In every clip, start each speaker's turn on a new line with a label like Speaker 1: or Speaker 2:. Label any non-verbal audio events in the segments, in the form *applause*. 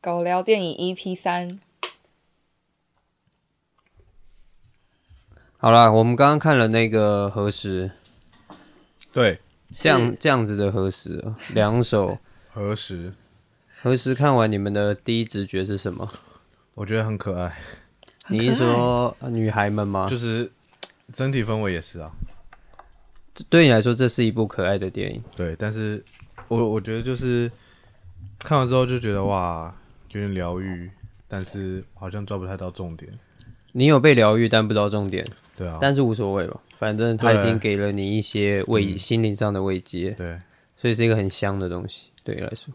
Speaker 1: 狗聊电影 EP 三，
Speaker 2: 好啦，我们刚刚看了那个核实，
Speaker 3: 对，
Speaker 2: 这样这样子的核实哦，两
Speaker 3: *laughs*
Speaker 2: 首
Speaker 3: 何时？
Speaker 2: 核实看完，你们的第一直觉是什么？
Speaker 3: 我觉得很可爱，
Speaker 2: 你是说呃女孩们吗？
Speaker 3: 就是整体氛围也是啊。
Speaker 2: 对你来说，这是一部可爱的电影。
Speaker 3: 对，但是我我觉得就是看完之后就觉得哇，有点疗愈，但是好像抓不太到重点。
Speaker 2: 你有被疗愈，但不知道重点，
Speaker 3: 对啊，
Speaker 2: 但是无所谓吧，反正它
Speaker 3: 对
Speaker 2: 已经给了你一些
Speaker 3: 嗯
Speaker 2: 慰心灵上的慰藉，
Speaker 3: 对
Speaker 2: 所以是一个很香的东西。对你来说，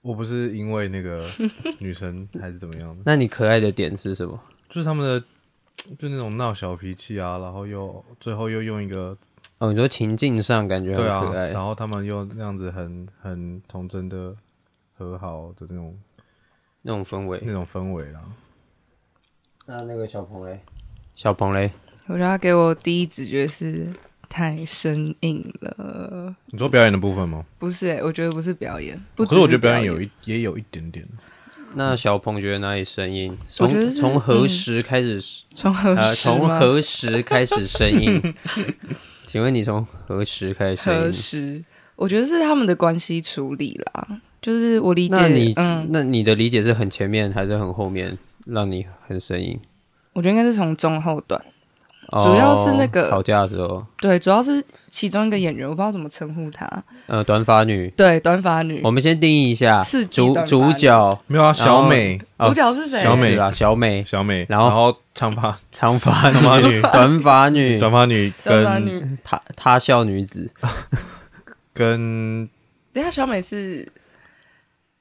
Speaker 3: 我不是因为
Speaker 2: *laughs*
Speaker 3: 那个女生还是怎么样的，
Speaker 2: 那你可爱的点是什么？
Speaker 3: 就是他们的就那种闹小脾气啊，然后又最后又用一个
Speaker 2: 哦，你说情境上感觉很
Speaker 3: 对啊
Speaker 2: 可，爱，
Speaker 3: 然后他们又那样子很很童真的和好的那种
Speaker 2: 那种氛围。
Speaker 3: 那种氛围啊啦。
Speaker 2: 那那个小鹏嘞，小鹏嘞，
Speaker 1: 我觉得他给我第一直觉是太生硬了，
Speaker 3: 你说表演的部分吗？
Speaker 1: 不是、欸，我觉得不是表演，不
Speaker 3: 可
Speaker 1: 只
Speaker 3: 是
Speaker 1: 是
Speaker 3: 我觉得表演有
Speaker 1: 一，
Speaker 3: 一也有一点点，
Speaker 2: 那小鹏觉得哪里生硬？从
Speaker 1: 觉得是
Speaker 2: 从何时开始？
Speaker 1: 从何
Speaker 2: 呃，
Speaker 1: 时
Speaker 2: 从
Speaker 1: 吗？
Speaker 2: 何时开始生
Speaker 1: *laughs*
Speaker 2: 硬？请问你从何时开始生
Speaker 1: 何
Speaker 2: 硬？
Speaker 1: 时？我觉得是他们的关系处理啦，就是我理
Speaker 2: 那
Speaker 1: 解，、
Speaker 2: 你
Speaker 1: 嗯，
Speaker 2: 那你的理解是很前面还是很后面，让你很生硬？
Speaker 1: 我觉得应该是从中后段，
Speaker 2: 哦
Speaker 1: 主要是那个
Speaker 2: 吵架的时候，
Speaker 1: 对，主要是其中一个演员，我不知道怎么称呼她，
Speaker 2: 呃，短发女。
Speaker 1: 对，短发女
Speaker 3: 哦
Speaker 2: 我，们先定义一下
Speaker 1: 刺激
Speaker 2: 主
Speaker 1: 短发
Speaker 2: 主
Speaker 1: 女
Speaker 2: 角
Speaker 3: 没有啊，
Speaker 2: 后
Speaker 3: 小美，
Speaker 2: 哦
Speaker 1: 主角是谁？
Speaker 3: 小美
Speaker 2: 是吧？小美，
Speaker 3: 小美，
Speaker 2: 然后
Speaker 3: 长发
Speaker 2: 长发
Speaker 3: 长发
Speaker 2: 女，
Speaker 3: 女
Speaker 2: 短发女，
Speaker 3: 短发女
Speaker 1: 短发
Speaker 3: 跟
Speaker 1: 女，
Speaker 2: 她她笑女子，
Speaker 3: 跟
Speaker 1: 等一下小美是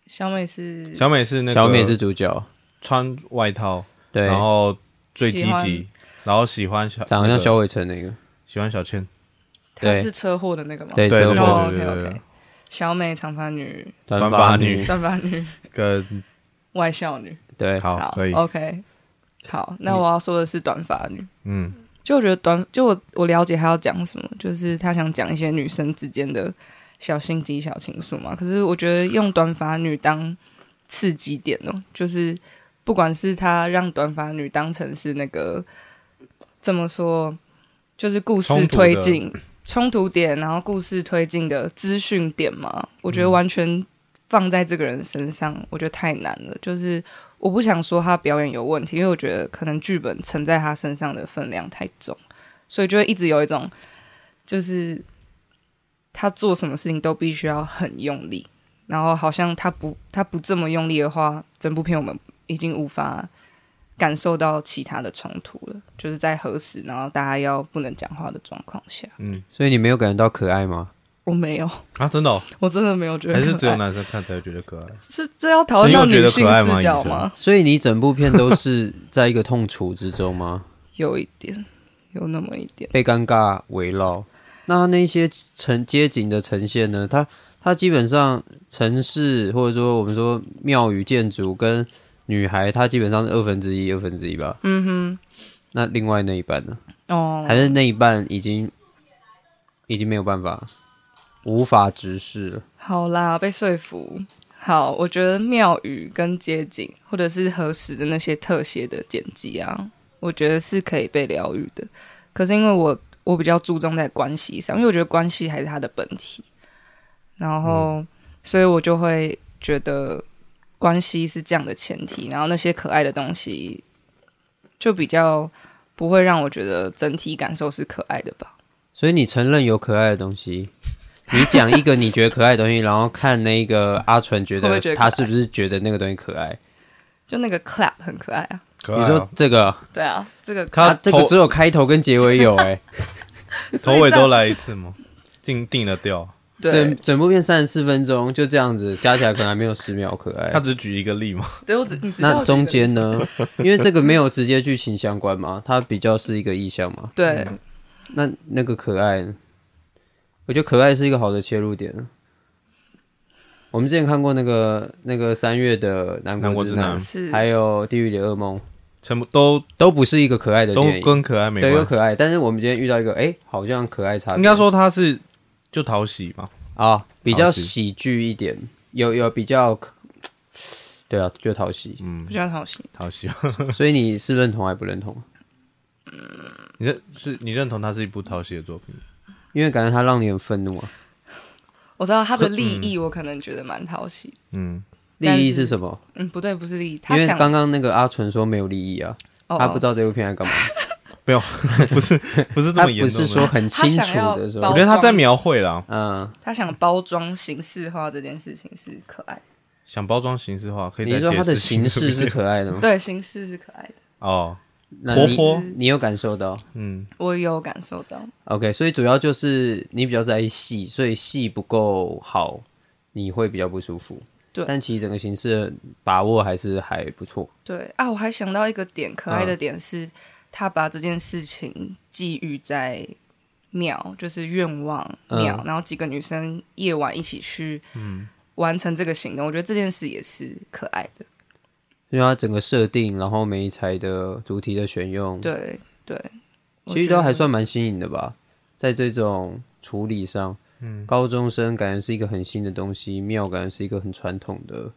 Speaker 1: 小美是
Speaker 3: 小美是那个
Speaker 2: 小美是主角，
Speaker 3: 穿外套，
Speaker 2: 对，
Speaker 3: 然后最积
Speaker 1: 喜欢
Speaker 3: 极，然后喜欢小
Speaker 2: 长得
Speaker 3: 那
Speaker 2: 像
Speaker 3: 个
Speaker 2: 萧伟成那个，
Speaker 3: 喜欢小倩，
Speaker 1: 她
Speaker 2: 对
Speaker 1: 是车祸的那个吗？
Speaker 2: 对
Speaker 3: 对
Speaker 2: 车
Speaker 3: 对
Speaker 2: 祸
Speaker 1: 哦
Speaker 3: 对对
Speaker 1: OK
Speaker 3: 对对
Speaker 1: OK，小美长发女、
Speaker 2: 短
Speaker 3: 短
Speaker 2: 发
Speaker 3: 发
Speaker 2: 女
Speaker 3: 女，
Speaker 1: 短发女、
Speaker 3: 跟
Speaker 1: 外校女，
Speaker 2: 对，
Speaker 3: 好可以，
Speaker 1: OK，好，那我要说的是短发女。
Speaker 3: 嗯，
Speaker 1: 就我觉得短，就我我了解他要讲什么，就是他想讲一些女生之间的小心机、小情愫嘛。可是我觉得用短发女当刺激点哦，就是不管是他让短发女当成是那个怎么说，就是故事
Speaker 3: 冲突的
Speaker 1: 推进冲突点，然后故事推进的资讯点嘛，我觉得完全放在这个人身上，我觉得太难了，就是。我不想说他表演有问题，因为我觉得可能剧本承在他身上的分量太重，所以就会一直有一种，就是他做什么事情都必须要很用力，然后好像他不他不这么用力的话，整部片我们已经无法感受到其他的冲突了，就是在何时，然后大家要不能讲话的状况下，
Speaker 2: 所以你没有感觉到可爱吗？
Speaker 1: 我没有，
Speaker 3: 嗯
Speaker 1: *laughs*
Speaker 3: 啊，真的哦，
Speaker 1: 我真的没有觉得
Speaker 3: 还是
Speaker 1: 可
Speaker 3: 只有
Speaker 1: 爱
Speaker 3: 男生看才会觉得可爱，
Speaker 2: *laughs*
Speaker 1: 这这要讨论到
Speaker 3: 你有觉
Speaker 1: 女
Speaker 3: 得
Speaker 1: 性
Speaker 3: 可爱吗
Speaker 1: 视角
Speaker 3: 医生
Speaker 1: 吗？
Speaker 2: 所以你整部片都是 *laughs* 在一个痛楚之中吗？
Speaker 1: 有一点，有那么一点。
Speaker 2: 被尴尬围绕。那那些呈街景的呈现呢？它它基本上城市或者说我们说庙宇建筑跟女孩，它基本上是二分之一，二分之一吧。嗯哼。那另外那一半呢？
Speaker 1: 哦，
Speaker 2: 还是那一半已经已经没有办法，无法直视了。
Speaker 1: 好啦，被说服。好，我觉得庙宇跟街景，或者是核实的那些特写的剪辑啊，我觉得是可以被疗愈的。可是因为我我比较注重在关系上，因为我觉得关系还是它的本体，然后、所以我就会觉得关系是这样的前提，然后那些可爱的东西就比较不会让我觉得整体感受是可爱的吧。
Speaker 2: 所以你承认有可爱的东西，你讲一个你觉得可爱的东西，然后看那个阿纯觉
Speaker 1: 会不
Speaker 2: 得
Speaker 1: 会觉得可
Speaker 2: 他
Speaker 1: 爱
Speaker 2: 是不是觉得那个东西可爱？
Speaker 1: 就那个 clap 很可爱啊，
Speaker 3: 可
Speaker 2: 你
Speaker 3: 爱
Speaker 2: 说
Speaker 3: 啊。
Speaker 2: 这个，
Speaker 1: 对啊，这个
Speaker 3: 他
Speaker 2: 啊这个
Speaker 3: 头
Speaker 2: 只有开头跟结尾有哎、
Speaker 1: 所以
Speaker 3: 头尾
Speaker 1: 这样
Speaker 3: 都来一次吗？定定啊了调，
Speaker 1: *laughs* 对
Speaker 2: 整整部片三十四分钟就这样子，加起来可能还没有十秒可爱
Speaker 3: 他。只举一个例嘛，
Speaker 1: 对我只你只
Speaker 2: 那中间呢？因为这个没有直接剧情相关嘛，它比较是一个意象嘛。
Speaker 1: 对
Speaker 2: 那那个可爱呢，我觉得可爱是一个好的切入点。我们之前看过那个那个三月的《南
Speaker 3: 南
Speaker 2: 国
Speaker 3: 国
Speaker 2: 之
Speaker 3: 之
Speaker 2: 南
Speaker 3: 南》，
Speaker 1: 是
Speaker 2: 嗯还有《地狱里的噩梦》，
Speaker 3: 全部都
Speaker 2: 都不是一个可爱的
Speaker 3: 都
Speaker 2: 电影，
Speaker 3: 跟可爱没
Speaker 2: 对，有
Speaker 3: 关。
Speaker 2: 可爱。但是我们今天遇到一个，哎、好像可爱差别
Speaker 3: 应该说他是就讨喜嘛，
Speaker 2: 啊、比较
Speaker 3: 讨喜
Speaker 2: 喜剧一点，有有比较可对啊，就讨喜。
Speaker 3: 嗯
Speaker 1: 比，较讨喜。
Speaker 3: 好喜欢。
Speaker 2: 所以你是认同还不认同？
Speaker 3: 你认是你认同它是一部讨喜的作品？
Speaker 2: 因为感觉他让你很愤怒啊。
Speaker 1: 我知道他的利
Speaker 2: 嗯
Speaker 1: 益，我可能觉得蛮讨喜。
Speaker 3: 嗯，
Speaker 1: 但是
Speaker 2: 利益是什么？
Speaker 1: 嗯，不对，不是利益，他
Speaker 2: 因为
Speaker 1: 想
Speaker 2: 刚刚那个阿纯说没有利益啊，
Speaker 1: 哦
Speaker 2: 他不知道这部片在干嘛，
Speaker 3: 没有， *laughs* 不是不是这
Speaker 2: 他
Speaker 3: 么严
Speaker 2: 不
Speaker 3: 重的。
Speaker 2: 是说很清
Speaker 1: 他
Speaker 2: 楚
Speaker 1: 想要
Speaker 2: 的
Speaker 1: 包
Speaker 2: 说
Speaker 3: 我觉，得他在描绘啦，
Speaker 2: 嗯，
Speaker 1: 哦他想包装形式化这件事情是可爱的，
Speaker 3: 想包装形式化，可以
Speaker 2: 你
Speaker 3: 再
Speaker 2: 说
Speaker 3: 解
Speaker 2: 他的
Speaker 3: 释
Speaker 2: 形
Speaker 3: 清楚
Speaker 2: 式
Speaker 3: 一
Speaker 2: 是
Speaker 3: 点
Speaker 2: 可爱
Speaker 3: *laughs*
Speaker 2: 的吗？
Speaker 1: 对，形式是可爱的，
Speaker 3: 哦，
Speaker 2: 那
Speaker 3: 活
Speaker 2: 你
Speaker 3: 泼
Speaker 2: 你有感受到
Speaker 3: 嗯，
Speaker 1: 我有感受到。
Speaker 2: ？OK，所以主要就是你比较在意戏，所以戏不够好，你会比较不舒服。
Speaker 1: 对
Speaker 2: 但其实整个形式的把握还是还不错。
Speaker 1: 对啊，我还想到一个点，可爱的点是，他把这件事情寄寓在庙，就是愿望庙，
Speaker 2: 嗯
Speaker 1: 然后几个女生夜晚一起去，完成这个行动。我觉得这件事也是可爱的，
Speaker 2: 因为它整个设定，然后每一台的主题的选用，
Speaker 1: 对对，我
Speaker 2: 其实
Speaker 1: 觉
Speaker 2: 都
Speaker 1: 得
Speaker 2: 还算蛮新颖的吧，在这种处理上，嗯，高中生感觉是一个很新的东西，庙感觉是一个很传统的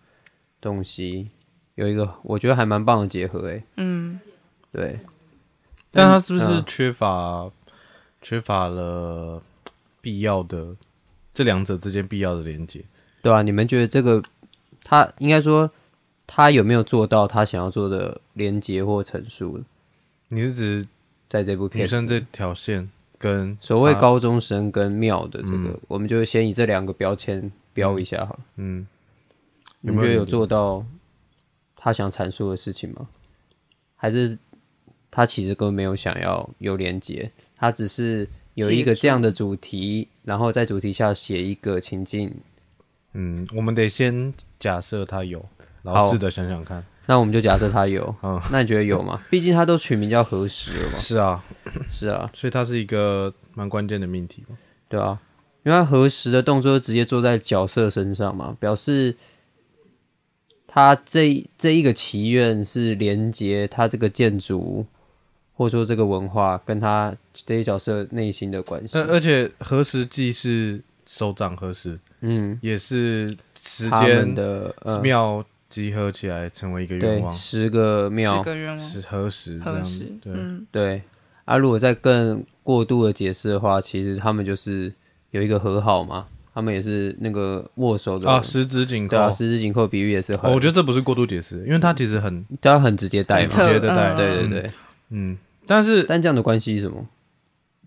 Speaker 2: 东西，有一个我觉得还蛮棒的结合、欸，
Speaker 1: 嗯，
Speaker 2: 对，
Speaker 3: 但他是不是
Speaker 2: 嗯
Speaker 3: 缺乏缺乏了必要的这两者之间必要的连接？
Speaker 2: 对啊，你们觉得这个他应该说他有没有做到他想要做的连接或陈述，
Speaker 3: 你是指
Speaker 2: 在这部
Speaker 3: 女
Speaker 2: 片
Speaker 3: 生这条线跟
Speaker 2: 所谓
Speaker 3: 她
Speaker 2: 高中生跟庙的这个，我们就先以这两个标签标一下好了。
Speaker 3: 嗯
Speaker 2: 你
Speaker 3: 有没有
Speaker 2: 觉得有
Speaker 3: 理解
Speaker 2: 做到他想阐述的事情吗？还是他其实根本没有想要有连接，他只是有一个
Speaker 1: 借助
Speaker 2: 这样的主题，然后在主题下写一个情境。
Speaker 3: 嗯，我们得先假设他有，然
Speaker 2: 好
Speaker 3: 后试着想想看。
Speaker 2: 那我们就假设他有
Speaker 3: 嗯，
Speaker 2: 那你觉得有
Speaker 3: *laughs*
Speaker 2: 吗？毕竟他都取名叫何时了嘛，
Speaker 3: 是啊，
Speaker 2: 是啊，
Speaker 3: 所以它是一个蛮关键的命题。
Speaker 2: 对啊，因为他核实的动作直接做在角色身上嘛，表示他这这一个祈愿是连接他这个建筑，或者说这个文化跟他这些角色内心的关系。
Speaker 3: 而而且何时既是手掌合时，
Speaker 2: 嗯，
Speaker 3: 也是时
Speaker 2: 他们
Speaker 3: 间
Speaker 2: 的呃，
Speaker 3: 庙集合起来成为一个愿
Speaker 2: 对，
Speaker 3: 望，
Speaker 2: 十个
Speaker 1: 十
Speaker 2: 庙，
Speaker 1: 个愿望
Speaker 2: 啊
Speaker 3: 是何时这
Speaker 1: 合
Speaker 3: 样
Speaker 1: 适
Speaker 3: 子？，对，
Speaker 1: 嗯，
Speaker 2: 对。啊，如果再更过度的解释的话，其实他们就是有一个和好嘛，他们也是那个握手的
Speaker 3: 啊，十指紧扣
Speaker 2: 对。啊，十指紧扣比喻也是很，
Speaker 3: 哦我觉得这不是过度解释，因为它其实很
Speaker 2: 得他很直接带
Speaker 3: 很
Speaker 2: 嘛
Speaker 3: 直，接的带，
Speaker 1: 嗯
Speaker 2: 对对对。
Speaker 3: 嗯，但是
Speaker 2: 但这样的关系是什么？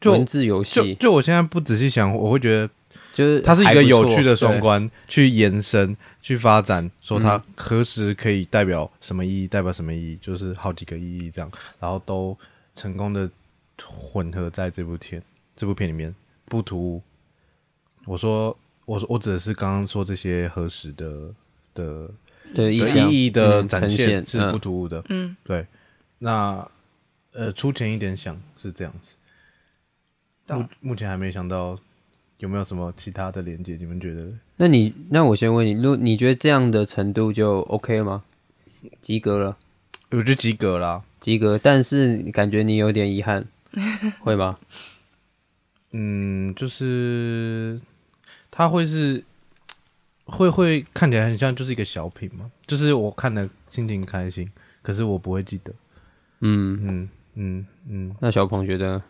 Speaker 3: 就
Speaker 2: 文字游
Speaker 3: 就
Speaker 2: 戏
Speaker 3: 就我现在不仔细想，我会觉得
Speaker 2: 就是
Speaker 3: 它是一
Speaker 2: 还
Speaker 3: 个
Speaker 2: 不错
Speaker 3: 有趣的双，关，去延伸、去发展，说它
Speaker 2: 嗯
Speaker 3: 何时可以代表什么意义，代表什么意义，就是好几个意义这样，然后都成功的混合在这部片这部片里面，不突兀。我说，我说，我指的是刚刚说这些何时的的
Speaker 2: 对
Speaker 3: 的
Speaker 2: 象
Speaker 3: 意义的
Speaker 2: 嗯
Speaker 3: 展
Speaker 2: 呈
Speaker 3: 现
Speaker 2: 现
Speaker 3: 是不
Speaker 2: 嗯
Speaker 3: 突兀的。
Speaker 1: 嗯，
Speaker 3: 对，那呃，粗浅一点想是这样子。目
Speaker 1: 懂
Speaker 3: 目前还没想到有没有什么其他的连接，你们觉得？
Speaker 2: 那你那我先问你，如你觉得这样的程度就 OK 吗？及格了，
Speaker 3: 我觉得及格啦。
Speaker 2: 及格，但是感觉你有点遗憾，会吗？
Speaker 3: 嗯，就是它会是会会看起来很像就是一个小品嘛，就是我看的心情开心，可是我不会记得。
Speaker 2: 嗯，
Speaker 3: 嗯嗯嗯，
Speaker 2: 那小鹏觉得，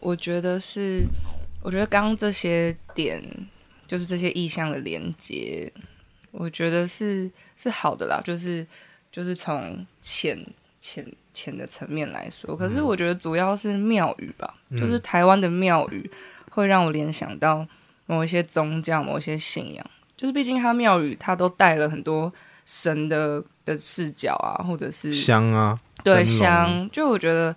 Speaker 1: 我觉得是，我觉得刚刚这些点，就是这些意象的连接，我觉得是是好的啦，就是就是从浅浅浅的层面来说，可是我觉得主要是庙宇吧，就是台湾的庙宇会让我联想到某一些宗教、某一些信仰，就是毕竟它庙宇它都带了很多神的的视角啊，或者是
Speaker 3: 香啊，
Speaker 1: 对
Speaker 3: 灯笼
Speaker 1: 香，就我觉得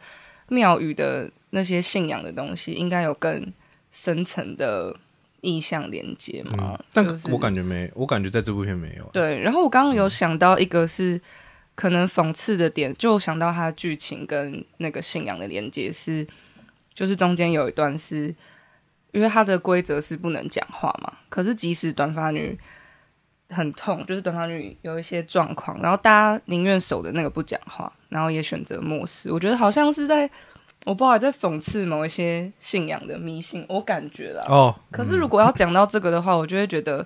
Speaker 1: 庙宇的那些信仰的东西，应该有更深层的意象连接嘛。
Speaker 3: 嗯但
Speaker 1: 哦就是
Speaker 3: 我感觉没，我感觉在这部片没有。啊
Speaker 1: 对，然后我刚刚有想到一个是可能讽刺的点，就想到它的剧情跟那个信仰的连接是，就是中间有一段是，因为它的规则是不能讲话嘛，可是即使短发女很痛，就是短发女有一些状况，然后大家宁愿守着那个不讲话，然后也选择漠视，我觉得好像是在。我不好在讽刺某一些信仰的迷信，我感觉啦。
Speaker 3: 哦，
Speaker 1: *laughs* 可是如果要讲到这个的话，我就会觉得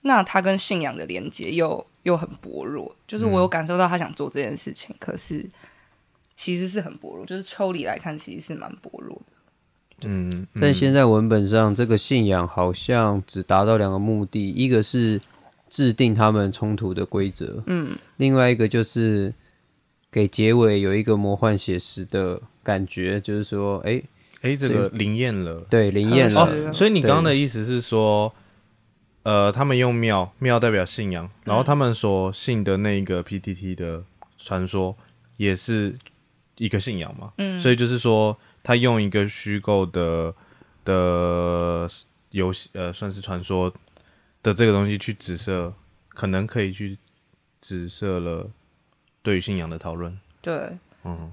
Speaker 1: 那他跟信仰的连接又又很薄弱。就是
Speaker 3: 嗯
Speaker 1: 我有感受到他想做这件事情，可是其实是很薄弱，就是抽离来看，其实是蛮薄弱的。
Speaker 3: 嗯，嗯
Speaker 2: 在现在文本上，这个信仰好像只达到两个目的，一个是制定他们冲突的规则，
Speaker 1: 嗯，
Speaker 2: 另外一个就是给结尾有一个魔幻写实的感觉，就是说，哎、
Speaker 3: 哎，这个灵验了。
Speaker 2: 对，灵验
Speaker 1: 合
Speaker 2: 了
Speaker 1: 适，对
Speaker 3: 哦，所以你刚刚的意思是说，呃，他们用庙，庙代表信仰，然后他们所信的那个 PTT 的传说也是一个信仰嘛？
Speaker 1: 嗯
Speaker 3: 所以就是说，他用一个虚构的的游戏，呃，算是传说的这个东西去指涉，可能可以去指涉了对于信仰的讨论。
Speaker 1: 对
Speaker 3: 嗯，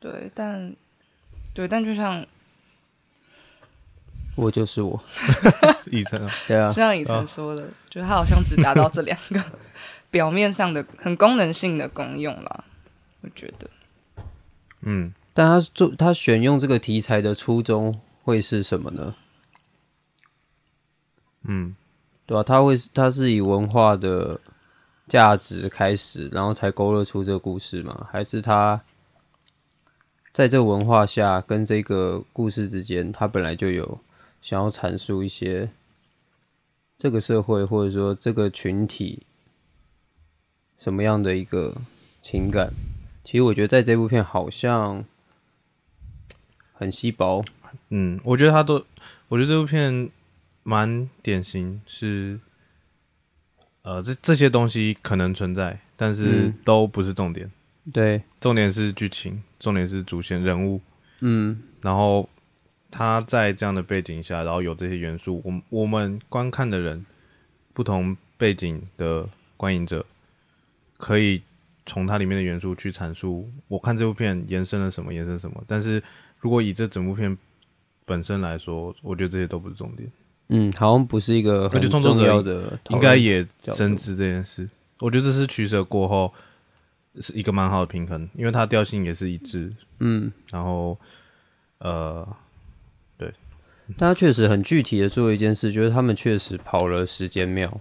Speaker 1: 对，但对，但就像
Speaker 3: 啊
Speaker 2: 我就是我，
Speaker 3: 医生啊，
Speaker 2: 对啊
Speaker 1: 就，像以晨说
Speaker 3: 啊
Speaker 1: 的，就是他好像只达到这两个 *laughs* 表面上的很功能性的功用啦。我觉得，
Speaker 3: 嗯，
Speaker 2: 但他做他选用这个题材的初衷会是什么呢？
Speaker 3: 嗯，
Speaker 2: 对吧、他会他是以文化的价值开始，然后才勾勒出这个故事吗？还是他在这个文化下跟这个故事之间，他本来就有想要阐述一些这个社会或者说这个群体什么样的一个情感？其实我觉得在这部片好像很稀薄，
Speaker 3: 嗯，我觉得他都，我觉得这部片蛮典型，是呃，这这些东西可能存在，但是
Speaker 2: 嗯
Speaker 3: 都不是重点，
Speaker 2: 对，
Speaker 3: 重点是剧情，重点是主线人物，
Speaker 2: 嗯。
Speaker 3: 然后他在这样的背景下，然后有这些元素，我们我们观看的人，不同背景的观影者，可以从它里面的元素去阐述，我看这部片延伸了什么，延伸什么。但是如果以这整部片本身来说，我觉得这些都不是重点，
Speaker 2: 嗯，好像不是一个
Speaker 3: 而
Speaker 2: 很
Speaker 3: 且创作
Speaker 2: 重
Speaker 3: 者
Speaker 2: 要的讨论，
Speaker 3: 应该也
Speaker 2: 角度
Speaker 3: 深知这件事。我觉得这是取舍过后是一个蛮好的平衡，因为它调性也是一致，
Speaker 2: 嗯，
Speaker 3: 然后呃，
Speaker 2: 但他确实很具体的做了一件事，就是他们确实跑了十间庙，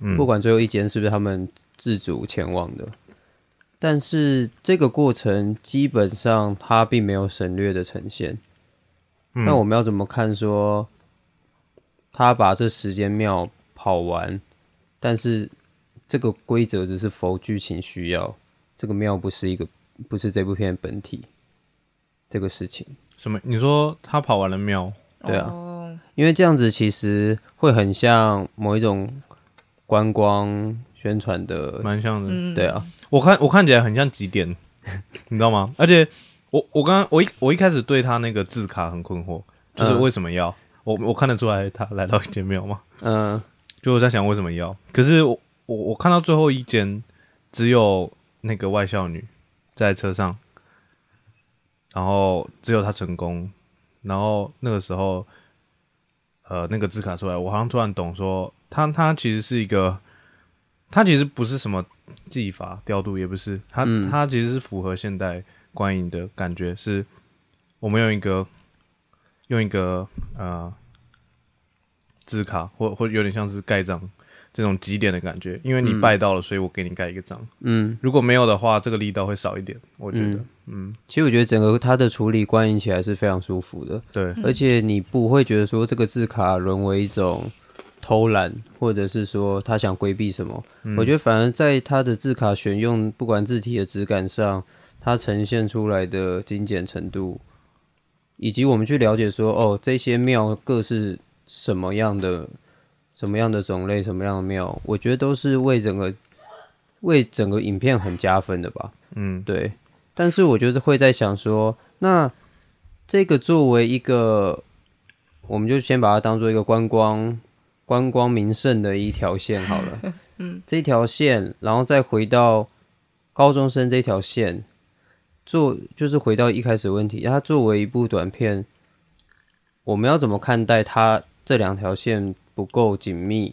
Speaker 3: 嗯
Speaker 2: 不管最后一间是不是他们自主前往的，但是这个过程基本上它并没有省略的呈现。
Speaker 3: 嗯
Speaker 2: 那我们要怎么看说他把这十间庙跑完，但是这个规则只是否剧情需要，这个庙不是一个不是这部片的本体这个事情。
Speaker 3: 什么？你说他跑完了庙？
Speaker 2: 对啊
Speaker 1: 哦、
Speaker 2: 因为这样子其实会很像某一种观光宣传的，
Speaker 3: 蛮像的。
Speaker 1: 嗯，
Speaker 2: 对啊，
Speaker 3: 我看我看起来很像几点， *laughs* 你知道吗？而且我我刚刚我一我一开始对他那个字卡很困惑，就是
Speaker 2: 嗯
Speaker 3: 为什么要、我我看得出来他来到一间庙吗？
Speaker 2: 嗯，
Speaker 3: 就我在想为什么要？可是我我我看到最后一间只有那个外校女在车上，然后只有她成功，然后那个时候，呃，那个字卡出来，我好像突然懂说，她她其实是一个，她其实不是什么技法调度，也不是，她
Speaker 2: 嗯
Speaker 3: 她其实是符合现代观影的感觉，是我们用一个用一个呃字卡，或或有点像是盖章这种几点的感觉，因为你
Speaker 2: 嗯
Speaker 3: 拜到了，所以我给你盖一个章。
Speaker 2: 嗯，
Speaker 3: 如果没有的话，这个力道会少一点，我觉得
Speaker 2: 嗯。其实我觉得整个它的处理观影起来是非常舒服的，
Speaker 3: 对，
Speaker 2: 而且你不会觉得说这个字卡沦为一种偷懒，或者是说他想规避什么。我觉得反而在他的字卡选用，不管字体的质感上，它呈现出来的精简程度，以及我们去了解说，哦，这些庙各是什么样的、什么样的种类、什么样的庙，我觉得都是为整个为整个影片很加分的吧。
Speaker 3: 嗯
Speaker 2: 对，但是我就是会在想说，那这个作为一个，我们就先把它当做一个观光观光名胜的一条线好
Speaker 3: *laughs*
Speaker 2: 了。嗯，这条线，然后再回到高中生这条线，做就是回到一开始的问题，它作为一部短片，我们要怎么看待它这两条线不够紧密，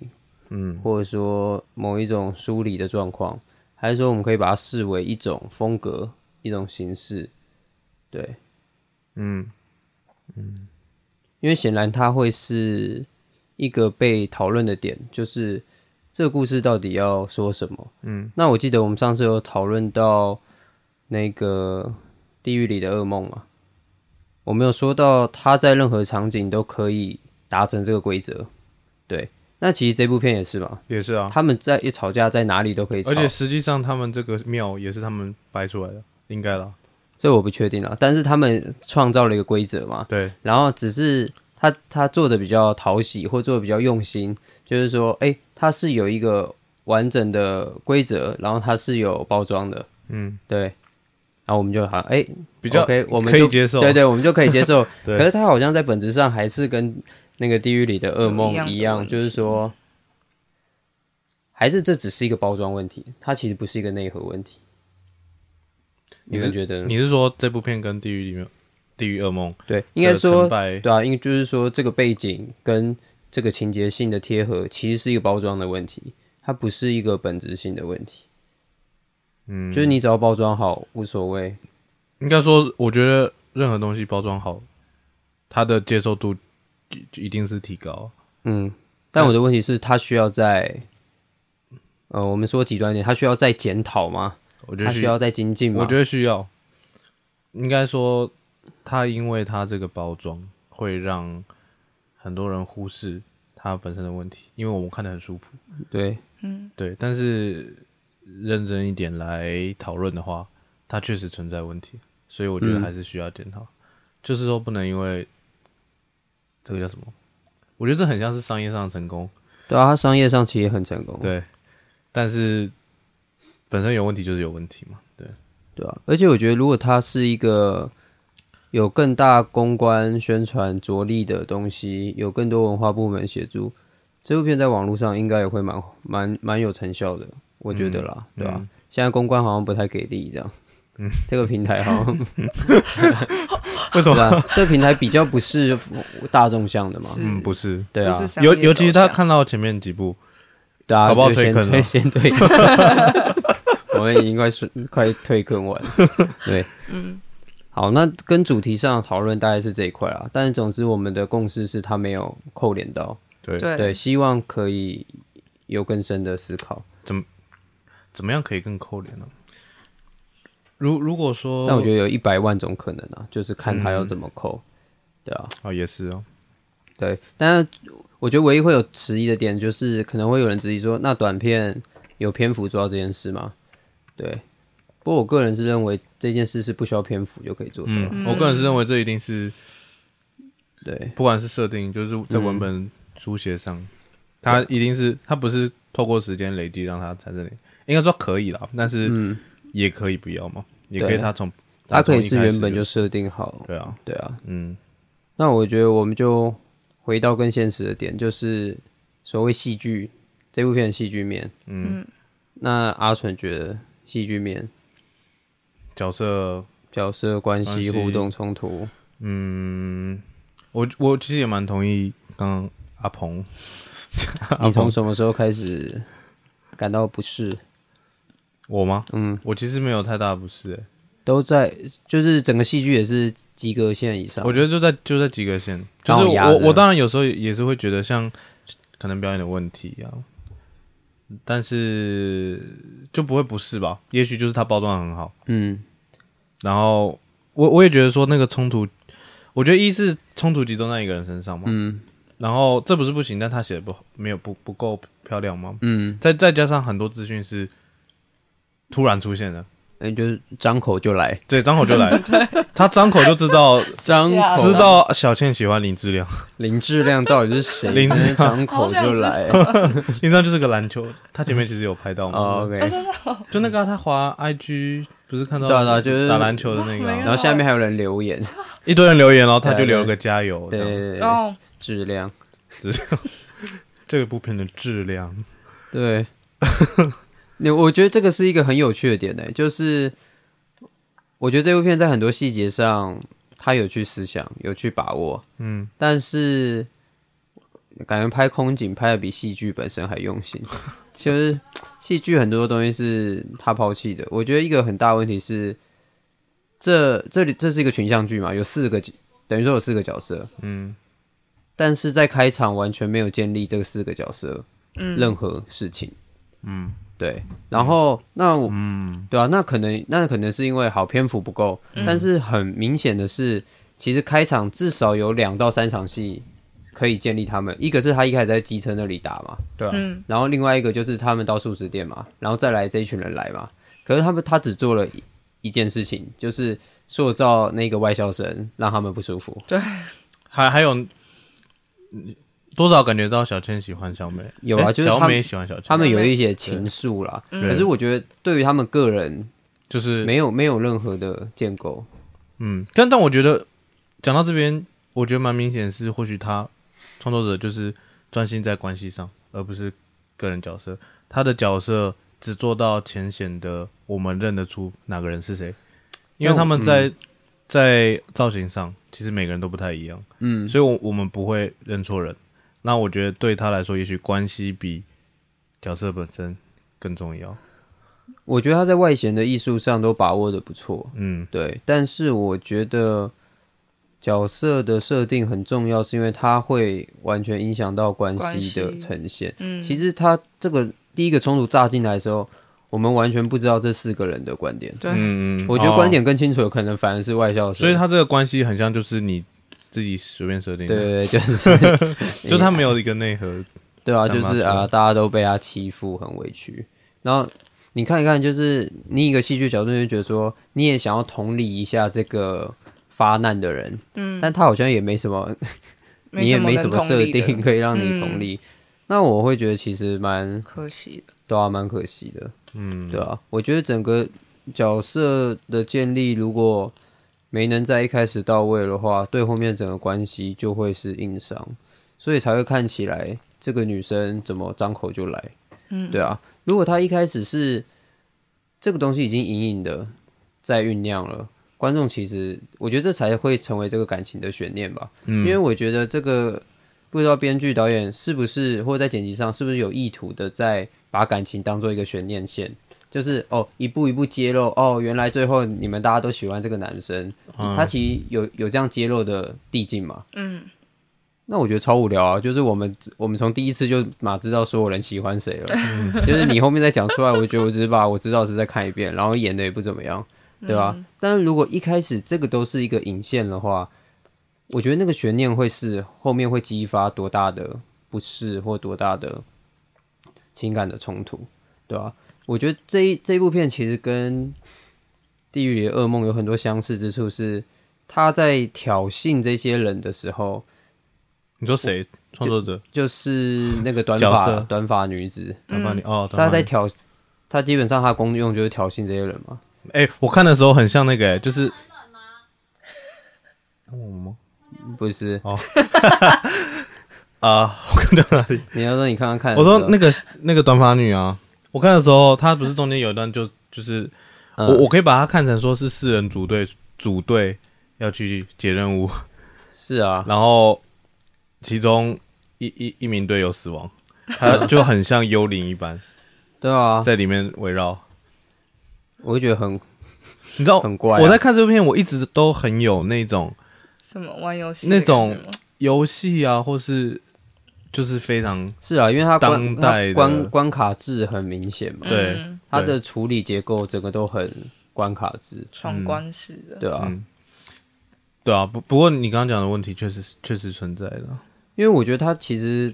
Speaker 3: 嗯
Speaker 2: 或者说某一种梳理的状况，还是说我们可以把它视为一种风格、一种形式？对，
Speaker 3: 嗯
Speaker 2: 因为显然它会是一个被讨论的点，就是这个故事到底要说什么。嗯，那我记得我们上次有讨论到那个地狱里的噩梦嘛，我没有说到他在任何场景都可以达成这个规则。对，那其实这部片也是嘛，
Speaker 3: 也是啊。
Speaker 2: 他们在一吵架在哪里都可以吵，
Speaker 3: 而且实际上他们这个庙也是他们掰出来的，应该啦。
Speaker 2: 这我不确定啊，但是他们创造了一个规则嘛，
Speaker 3: 对，
Speaker 2: 然后只是他他做的比较讨喜，或做的比较用心，就是说，哎、他是有一个完整的规则，然后它是有包装的，
Speaker 3: 嗯，
Speaker 2: 对。然后我们就好像，哎、
Speaker 3: 比较
Speaker 2: OK，我们
Speaker 3: 可以
Speaker 2: 就
Speaker 3: 接受。啊
Speaker 2: 对对，我们就可以接受。
Speaker 3: *laughs* 对
Speaker 2: 可是他好像在本质上还是跟那个地狱里的噩梦
Speaker 1: 有一
Speaker 2: 一
Speaker 1: 样的
Speaker 2: 样，
Speaker 1: 问题
Speaker 2: 就是说，还是这只是一个包装问题，它其实不是一个内核问题。你
Speaker 3: 你是
Speaker 2: 们觉得呢？
Speaker 3: 你是说这部片跟《地狱里面地狱噩梦》
Speaker 2: 对，应该
Speaker 3: 的
Speaker 2: 说
Speaker 3: 成败
Speaker 2: 对啊，因为就是说这个背景跟这个情节性的贴合，其实是一个包装的问题，它不是一个本质性的问题。
Speaker 3: 嗯，
Speaker 2: 就是你只要包装好，无所谓。
Speaker 3: 应该说，我觉得任何东西包装好，它的接受度就一定是提高。
Speaker 2: 嗯，但我的问题是，它需要在，呃，我们说极端一点，它需要再检讨吗？
Speaker 3: 我觉
Speaker 2: 它
Speaker 3: 得
Speaker 2: 需
Speaker 3: 需
Speaker 2: 要再精进吗？
Speaker 3: 我觉
Speaker 2: 得
Speaker 3: 得需要。应该说，它因为它这个包装会让很多人忽视它本身的问题，因为我们看得很舒服。
Speaker 2: 对，
Speaker 3: 对，但是认真一点来讨论的话，它确实存在问题，所以我觉得
Speaker 2: 嗯
Speaker 3: 还是需要检讨。就是说，不能因为这个叫什么？我觉得这很像是商业上的成功，
Speaker 2: 对啊，它商业上其实也很成功，啊
Speaker 3: 对，但是本身有问题就是有问题嘛，对，
Speaker 2: 对啊。而且我觉得，如果它是一个有更大公关宣传着力的东西，有更多文化部门协助，这部片在网络上应该也会蛮蛮蛮有成效的，我觉
Speaker 3: 嗯
Speaker 2: 得啦，对吧、啊现在公关好像不太给力，这样，这个平台好像
Speaker 3: 嗯 *laughs* 为
Speaker 2: *laughs*
Speaker 3: 什
Speaker 2: 对？啊，这个平台比较不是大众向的嘛，
Speaker 3: 嗯，不是，
Speaker 2: 对啊
Speaker 1: 不，是商业
Speaker 3: 尤尤其是
Speaker 1: 走
Speaker 3: 他
Speaker 1: 向
Speaker 3: 看到前面几部，
Speaker 2: 对啊，
Speaker 3: 搞不好
Speaker 2: 就
Speaker 3: 退
Speaker 2: 先
Speaker 3: 坑了
Speaker 2: 退 *laughs* 先
Speaker 3: *laughs*
Speaker 2: 退坑，我们已经快是快退坑
Speaker 3: *laughs*
Speaker 2: 完了，对，嗯，好，那跟主题上的讨论大概是这一块啦，但是总之我们的共识是它没有扣连到，
Speaker 3: 对，
Speaker 1: 对
Speaker 2: 对，希望可以有更深的思考。
Speaker 3: 哦怎么样可以更扣脸呢、如如果说，
Speaker 2: 但我觉得有一百万种可能啊，就是看他要
Speaker 3: 嗯
Speaker 2: 怎么扣，对啊，
Speaker 3: 哦也是哦，
Speaker 2: 对。但是我觉得唯一会有迟疑的点就是，可能会有人质疑说，那短片有篇幅做到这件事吗？对。不过我个人是认为这件事是不需要篇幅就可以做到了，
Speaker 3: 嗯，我个人是认为这一定是
Speaker 2: 对
Speaker 3: 不管是设定，就是在文本书写上，它一定是它不是透过时间累积让它产生，应该说可以啦，但是也可以不要嘛，也可
Speaker 2: 嗯对
Speaker 3: 以
Speaker 2: 啊
Speaker 3: 它从
Speaker 2: 它可以
Speaker 3: 从一
Speaker 2: 是
Speaker 3: 开始
Speaker 2: 原本就设定好，
Speaker 3: 对啊，
Speaker 2: 对啊。
Speaker 3: 嗯，
Speaker 2: 那我觉得我们就回到更现实的点，就是所谓戏剧这部片的戏剧面，嗯，那阿纯觉得戏剧面
Speaker 3: 角色
Speaker 2: 角色关
Speaker 3: 关
Speaker 2: 系
Speaker 3: 系
Speaker 2: 互动冲突，
Speaker 3: 嗯，我我其实也蛮同意刚刚阿鹏，
Speaker 2: 你从什么时候开始感到不适？
Speaker 3: 我吗？嗯，我其实没有太大的不适、欸，
Speaker 2: 都在就是整个戏剧也是及格线以上。
Speaker 3: 我觉得就在就在及格线，就
Speaker 2: 刚
Speaker 3: 是
Speaker 2: 好压
Speaker 3: 我
Speaker 2: 着
Speaker 3: 我当然有时候也是会觉得像可能表演的问题啊，但是就不会不是吧？也许就是它包装的很好，
Speaker 2: 嗯，
Speaker 3: 然后我我也觉得说那个冲突，我觉得一是冲突集中在一个人身上嘛，嗯，然后这不是不行，但他写的不好，没有不不够漂亮吗？
Speaker 2: 嗯，
Speaker 3: 再再加上很多资讯是突然出现的，
Speaker 2: 那就是张口就来，
Speaker 3: 对，张口就来，他张口就知道
Speaker 2: 张口啊
Speaker 3: 知道小倩喜欢林志亮，
Speaker 2: 林志亮到底是谁？
Speaker 3: 林志亮
Speaker 2: 张口就来。
Speaker 3: 林志亮就是个篮球，他前面其实有拍到嘛，
Speaker 2: 哦 OK，
Speaker 3: 就那个啊、他滑 IG 不是看到
Speaker 2: 对啊对啊就是
Speaker 3: 打篮球的那个啊、
Speaker 2: 然后下面还有人留言，
Speaker 3: 一堆人留言，然后他就
Speaker 2: 对对
Speaker 3: 留了个加油，
Speaker 2: 对
Speaker 3: 这样
Speaker 2: 对
Speaker 1: 然
Speaker 2: 对对，
Speaker 1: 后
Speaker 2: 质量，
Speaker 3: 这个部片的质量，
Speaker 2: 对。 *laughs* 你我觉得这个是一个很有趣的点呢、欸就是我觉得这部片在很多细节上，他有去思想，有去把握，
Speaker 3: 嗯，
Speaker 2: 但是感觉拍空景拍的比戏剧本身还用心。其实戏剧很多东西是他抛弃的，我觉得一个很大问题是，这这里这是一个群像剧嘛，有四个等于说有四个角色，
Speaker 3: 嗯
Speaker 2: 但是在开场完全没有建立这四个角色任何事情。嗯，对。然后那我，嗯，对啊，那可能那可能是因为好篇幅不够，但是很明显的是，其实开场至少有两到三场戏可以建立他们。一个是他一开始在机车那里打嘛，
Speaker 3: 对啊，
Speaker 1: 嗯
Speaker 2: 然后另外一个就是他们到素食店嘛，然后再来这一群人来嘛。可是他们他只做了一一件事情，就是塑造那个外校生，让他们不舒服。
Speaker 3: 还还有嗯多少感觉到小千喜欢小美，
Speaker 2: 有啊
Speaker 3: 诶
Speaker 2: 就是
Speaker 3: 小
Speaker 2: 他
Speaker 3: 美
Speaker 2: 们
Speaker 3: 喜欢小千，
Speaker 2: 他们有一些情愫啦，
Speaker 3: 对
Speaker 2: 可是我觉得对于他们个人
Speaker 3: 就是
Speaker 2: 没有没有任何的建构。
Speaker 3: 嗯，但但我觉得讲到这边，我觉得蛮明显的是，或许他创作者就是专心在关系上，而不是个人角色。他的角色只做到浅显的，我们认得出哪个人是谁，因为他们在、在造型上，其实每个人都不太一样，
Speaker 2: 嗯，
Speaker 3: 所以我我们不会认错人。那我觉得对他来说，也许关系比角色本身更重要。
Speaker 2: 我觉得他在外显的艺术上都把握的不错，
Speaker 3: 嗯，
Speaker 2: 对。但是我觉得角色的设定很重要，是因为它会完全影响到关
Speaker 1: 关
Speaker 2: 系
Speaker 1: 系
Speaker 2: 的呈现。
Speaker 1: 嗯，
Speaker 2: 其实他这个第一个冲突炸进来的时候，我们完全不知道这四个人的观点。
Speaker 1: 对，
Speaker 3: 嗯嗯，
Speaker 2: 我觉得观
Speaker 3: 哦
Speaker 2: 点更清楚的可能反而是外校生，
Speaker 3: 所以他这个关系很像就是你自己随便设定的，
Speaker 2: 对对对，就是 *laughs*
Speaker 3: *laughs* 就他没有一个内核，
Speaker 2: 对啊，就
Speaker 3: 散发
Speaker 2: 是
Speaker 3: 出来
Speaker 2: 啊，大家都被他欺负，很委屈。然后你看一看，就是你以一个戏剧角度就觉得说，你也想要同理一下这个发难的人，
Speaker 1: 嗯，
Speaker 2: 但他好像也没什么，你也没
Speaker 1: 什
Speaker 2: 什么
Speaker 1: 能同
Speaker 2: 设
Speaker 1: 理的嗯
Speaker 2: 定，可 *laughs* 以让你同理。那我会觉得其实蛮
Speaker 1: 可惜的，
Speaker 2: 对啊，蛮可惜的。
Speaker 3: 嗯，
Speaker 2: 对啊，我觉得整个角色的建立如果没能在一开始到位的话，对后面整个关系就会是硬伤，所以才会看起来这个女生怎么张口就来。嗯，对啊，如果她一开始是这个东西已经隐隐的在酝酿了。观众其实，我觉得这才会成为这个感情的悬念吧，因为我觉得这个不知道编剧导演是不是或者在剪辑上是不是有意图的在把感情当做一个悬念线，就是哦一步一步揭露哦，原来最后你们大家都喜欢这个男生，他其实有有这样揭露的递进嘛？
Speaker 1: 嗯，
Speaker 2: 那我觉得超无聊啊！就是我们我们从第一次就马知道所有人喜欢谁了，就是你后面再讲出来，我觉得我只是把我知道是再看一遍，然后演的也不怎么样，对吧、但是如果一开始这个都是一个引线的话，我觉得那个悬念会是后面会激发多大的不适或多大的情感的冲突，对吧、我觉得这一这一部片其实跟《地狱里的噩梦》有很多相似之处是他在挑衅这些人的时候。
Speaker 3: 你说谁创作者？
Speaker 2: 就是那个短
Speaker 3: 角
Speaker 2: 发
Speaker 3: 色
Speaker 2: 短发女子，
Speaker 3: 他帮你哦，
Speaker 2: 她在
Speaker 3: 他
Speaker 2: 挑，她基本上她的功用就是挑衅这些人嘛。
Speaker 3: 哎，我看的时候很像那个，哎就是
Speaker 2: 不是，
Speaker 3: 哦啊， *laughs* 我看到哪里？
Speaker 2: 你要说你看看看的
Speaker 3: 我
Speaker 2: 时候，
Speaker 3: 说那个那个短发女啊，我看的时候，她不是中间有一段就就是
Speaker 2: 嗯
Speaker 3: 我我可以把它看成说是四人组队组队要去解任务， *laughs*
Speaker 2: 是啊，
Speaker 3: 然后其中一一一名队友死亡，他就很像幽灵一般
Speaker 2: 对啊，
Speaker 3: 在里面围绕。
Speaker 2: 我会觉得很
Speaker 3: 你知道
Speaker 2: 很怪啊
Speaker 3: 我在看这部片，我一直都很有那种
Speaker 1: 什么玩游戏
Speaker 3: 那
Speaker 1: 的感
Speaker 3: 种
Speaker 1: 觉吗
Speaker 3: 游戏啊，或是就是非常
Speaker 2: 是啊，因为她关
Speaker 3: 当代
Speaker 2: 她
Speaker 3: 的
Speaker 2: 关关卡制很明显嘛，
Speaker 3: 对
Speaker 1: 嗯
Speaker 2: 她的处理结构整个都很关卡制，
Speaker 1: 闯关式的，
Speaker 2: 对啊，
Speaker 3: 嗯对啊。不不过你刚刚讲的问题确实确实存在的，
Speaker 2: 因为我觉得她其实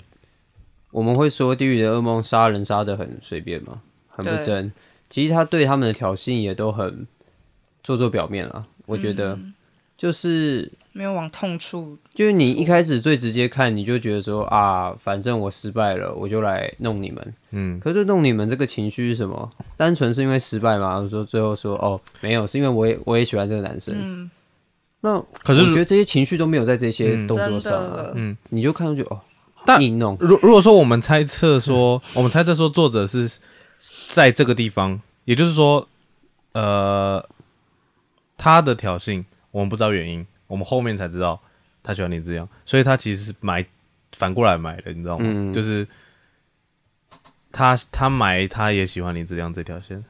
Speaker 2: 我们会说《地狱的噩梦》杀人杀的很随便嘛，很不
Speaker 1: 对
Speaker 2: 真，其实她对他们的挑衅也都很做做表面啊，我觉得。
Speaker 1: 嗯
Speaker 2: 就是
Speaker 1: 没有往痛处，
Speaker 2: 就是你一开始最直接看，你就觉得说啊，反正我失败了，我就来弄你们。
Speaker 3: 嗯，
Speaker 2: 可是弄你们这个情绪是什么？单纯是因为失败吗？我说最后说哦，没有，是因为我也我也喜欢这个男生。
Speaker 1: 嗯，
Speaker 2: 那
Speaker 3: 可是嗯
Speaker 2: 我觉得这些情绪都没有在这些动作
Speaker 1: 真
Speaker 2: 上、啊，
Speaker 1: 的，
Speaker 2: 你就看上去哦，
Speaker 3: 但
Speaker 2: 硬弄，
Speaker 3: 如如果说我们猜测说，我们猜测说作者是在这个地方，也就是说，呃，他的挑衅我们不知道原因，我们后面才知道他喜欢你这样，所以他其实是埋反过来埋的，你知道吗？
Speaker 2: 嗯
Speaker 3: 就是他他埋他也喜欢你这样这条线，